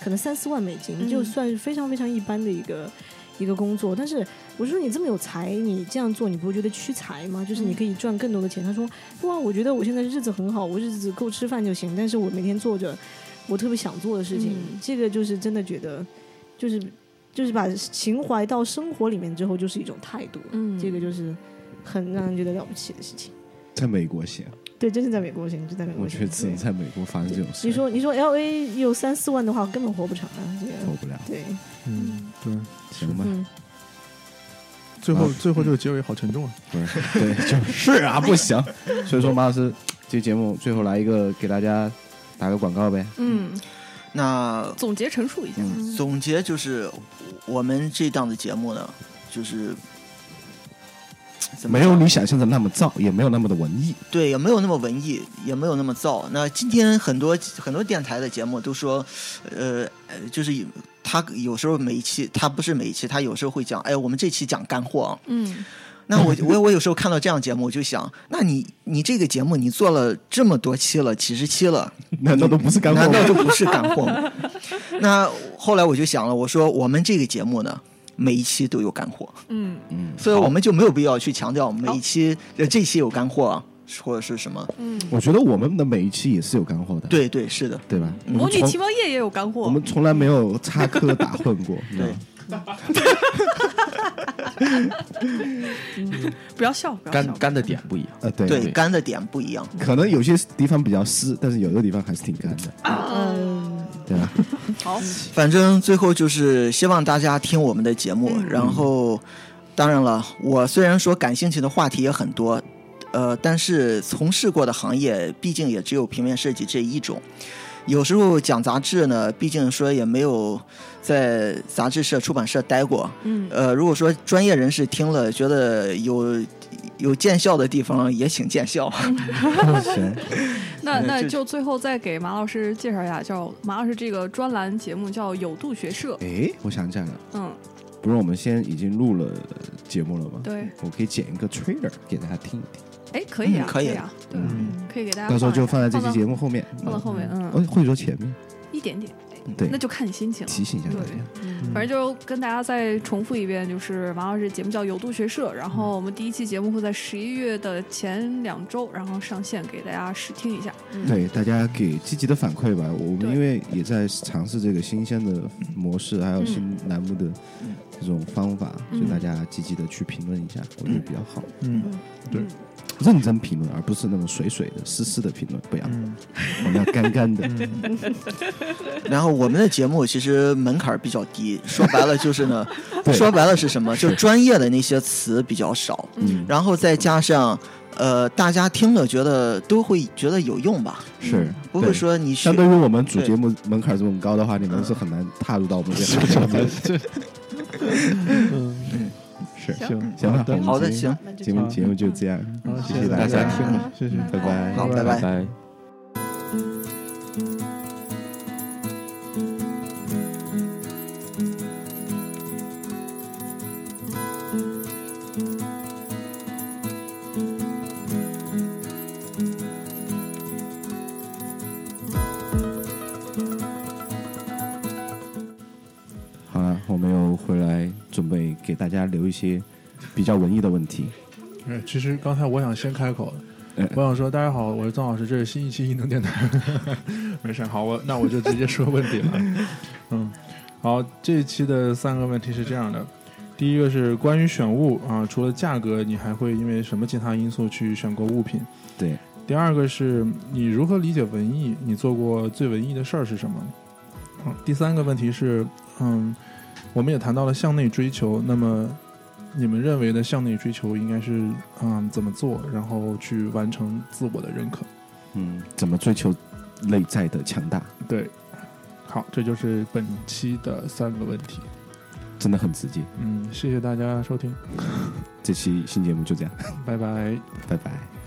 Speaker 5: 可能三四万美金，
Speaker 1: 嗯
Speaker 5: 就算是非常非常一般的一个一个工作。但是我说你这么有才，你这样做你不会觉得屈才吗？就是你
Speaker 1: 嗯
Speaker 5: 可以赚更多的钱。他说不啊，我觉得我现在日子很好，我日子够吃饭就行，但是我每天做着我特别想做的事情，
Speaker 1: 嗯
Speaker 5: 这个就是真的觉得就是就是把情怀到生活里面之后，就是一种态度，
Speaker 1: 嗯
Speaker 5: 这个就是很让人觉得了不起的事情。
Speaker 2: 在美国行，
Speaker 5: 对，真是在美国行，就在美国
Speaker 2: 我
Speaker 5: 行
Speaker 2: 觉得只能
Speaker 5: 对
Speaker 2: 在美国发生这种事，
Speaker 5: 你说你说 L A 有三四万的话，根本活不长啊！这
Speaker 2: 受
Speaker 5: 个
Speaker 2: 不了，
Speaker 5: 对，
Speaker 4: 嗯，对。
Speaker 2: 行吧？
Speaker 5: 嗯，
Speaker 4: 最后
Speaker 3: 嗯
Speaker 2: 啊
Speaker 4: 最后这个结尾好沉重啊！
Speaker 2: 不是，对，就是啊，不行。所以说，马老师，这节目最后来一个给大家打个广告呗。
Speaker 1: 嗯，
Speaker 3: 那
Speaker 1: 总结陈述一下。
Speaker 5: 嗯
Speaker 3: 总结就是我们这档的节目呢，就是呃怎么
Speaker 2: 没有
Speaker 3: 讲
Speaker 2: 你想象的那么燥，也没有那么的文艺。
Speaker 3: 对，也没有那么文艺，也没有那么燥。那今天很多很多电台的节目都说，呃，呃就是有他有时候每一期，他不是每一期，他有时候会讲，哎，我们这期讲干货啊。
Speaker 1: 嗯
Speaker 3: 那我我我有时候看到这样节目，我就想，那你你这个节目你做了这么多期了，几十期了，
Speaker 2: 难道都不是干货
Speaker 3: 难
Speaker 2: 吗
Speaker 3: 道？就不是干货 吗？那后来我就想了，我说我们这个节目呢。每一期都有干货，
Speaker 1: 嗯
Speaker 2: 嗯，
Speaker 3: 所以我们就没有必要去强调每一期，呃，这期有干货啊，或者是什么？
Speaker 1: 嗯，
Speaker 2: 我觉得我们的每一期也是有干货的，
Speaker 3: 对对，是的。
Speaker 2: 对吧？我
Speaker 1: 魔
Speaker 2: 们
Speaker 1: 女
Speaker 2: 从
Speaker 1: 奇妙夜也有干货。
Speaker 2: 我们从来没有插科打诨 过，嗯你知道吗？
Speaker 1: 不要笑，不要
Speaker 6: 干
Speaker 1: 笑。
Speaker 6: 干的点不一样。
Speaker 2: 呃，对
Speaker 3: 对，干的点不一样。
Speaker 2: 可能有些地方比较湿，但是有的地方还是挺干的，
Speaker 5: 嗯，
Speaker 2: 对吧？
Speaker 1: 好，
Speaker 3: 反正最后就是希望大家听我们的节目，然后当然了，我虽然说感兴趣的话题也很多，呃，但是从事过的行业毕竟也只有平面设计这一种。有时候讲杂志呢，毕竟说也没有在杂志社、出版社待过。
Speaker 1: 嗯
Speaker 3: 呃，如果说专业人士听了觉得有有见笑的地方，也请见笑。
Speaker 2: 行，
Speaker 1: 那
Speaker 3: 嗯
Speaker 1: 那
Speaker 3: 这
Speaker 1: 就最后再给马老师介绍一下，叫马老师这个专栏节目叫《有度学社》。
Speaker 2: 哎，我想起来了，
Speaker 1: 嗯，
Speaker 2: 不是我们现在已经录了呃节目了吗？
Speaker 1: 对，
Speaker 2: 我可以剪一个 trailer 给大家听一听，
Speaker 1: 哎，可以啊，
Speaker 3: 嗯可以
Speaker 1: 以啊，
Speaker 3: 嗯
Speaker 5: 嗯
Speaker 1: 对，可以给大家
Speaker 2: 到时候就放在这期节
Speaker 1: 目
Speaker 2: 目后面，
Speaker 1: 放到后面，
Speaker 2: 嗯
Speaker 1: 嗯，
Speaker 2: 哎或者说前面，
Speaker 1: 一点点，哎
Speaker 2: 对嗯
Speaker 1: 那就看你心情了。
Speaker 2: 提醒一下大家
Speaker 1: 对。反正就跟大家再重复一遍，就是王老师节目叫《有度学
Speaker 2: 嗯
Speaker 1: 社》，然后我们第一期节目会在十一月的前两周，然后上线给大家试听一下。
Speaker 2: 对大家给积极的反馈吧，我们
Speaker 1: 对
Speaker 2: 因为也在尝试这个新鲜的模式，还有新栏目的这种方法，
Speaker 1: 嗯
Speaker 2: 所以大家积极的去评论一下，我觉得比较好。
Speaker 4: 嗯对
Speaker 2: 认真评论，而不是那种水水的、湿湿的评论，不要，
Speaker 4: 嗯
Speaker 2: 我们要干干 的。
Speaker 4: 嗯，
Speaker 3: 然后我们的节目其实门槛儿比较低，说白了就是呢
Speaker 2: 对，
Speaker 3: 说白了是什么？就专业的那些词比较少，
Speaker 2: 嗯，
Speaker 3: 然后再加上呃，大家听了觉得都会觉得有用吧，
Speaker 2: 是
Speaker 3: 不会
Speaker 2: 对
Speaker 3: 说你学
Speaker 2: 相对于我们主节目门槛这么高的话，你们是很难踏入到我们这个行业。
Speaker 4: 嗯，
Speaker 2: 是，
Speaker 4: 行
Speaker 2: 行吧，
Speaker 3: 好的
Speaker 2: 我们
Speaker 3: 行，
Speaker 1: 那就
Speaker 2: 节
Speaker 1: 这样
Speaker 2: 目节目就这样，
Speaker 4: 嗯好
Speaker 2: 谢
Speaker 4: 谢谢
Speaker 2: 大
Speaker 6: 大家听吧
Speaker 4: 谢谢
Speaker 2: 嗯拜拜。
Speaker 3: 好，拜
Speaker 4: 拜
Speaker 3: 拜。
Speaker 6: 拜。
Speaker 2: 好了，我们又回来准备给大家留一些比较文艺的问题。
Speaker 4: 哎其实刚才我想先开口
Speaker 2: 嗯，
Speaker 4: 我想说，大家好，我是张老师，这是新一期异能电台。 没事，好，我那我就直接说问题了。嗯，好，这一期的三个问题是这样的，第一个是关于选物啊，除了价格，你还会因为什么其他因素去选购物品？
Speaker 2: 对。
Speaker 4: 第二个是你如何理解文艺？你做过最文艺的事儿是什么？好，第三个问题是，嗯，我们也谈到了向内追求，那么你们认为的向内追求应该是嗯怎么做，然后去完成自我的认可？
Speaker 2: 嗯，怎么追求内在的强大？
Speaker 4: 对，好，这就是本期的三个问题。
Speaker 2: 真的很直接。
Speaker 4: 嗯，谢谢大家收听，
Speaker 2: 这期新节目就这样，
Speaker 4: 拜拜。
Speaker 2: 拜拜。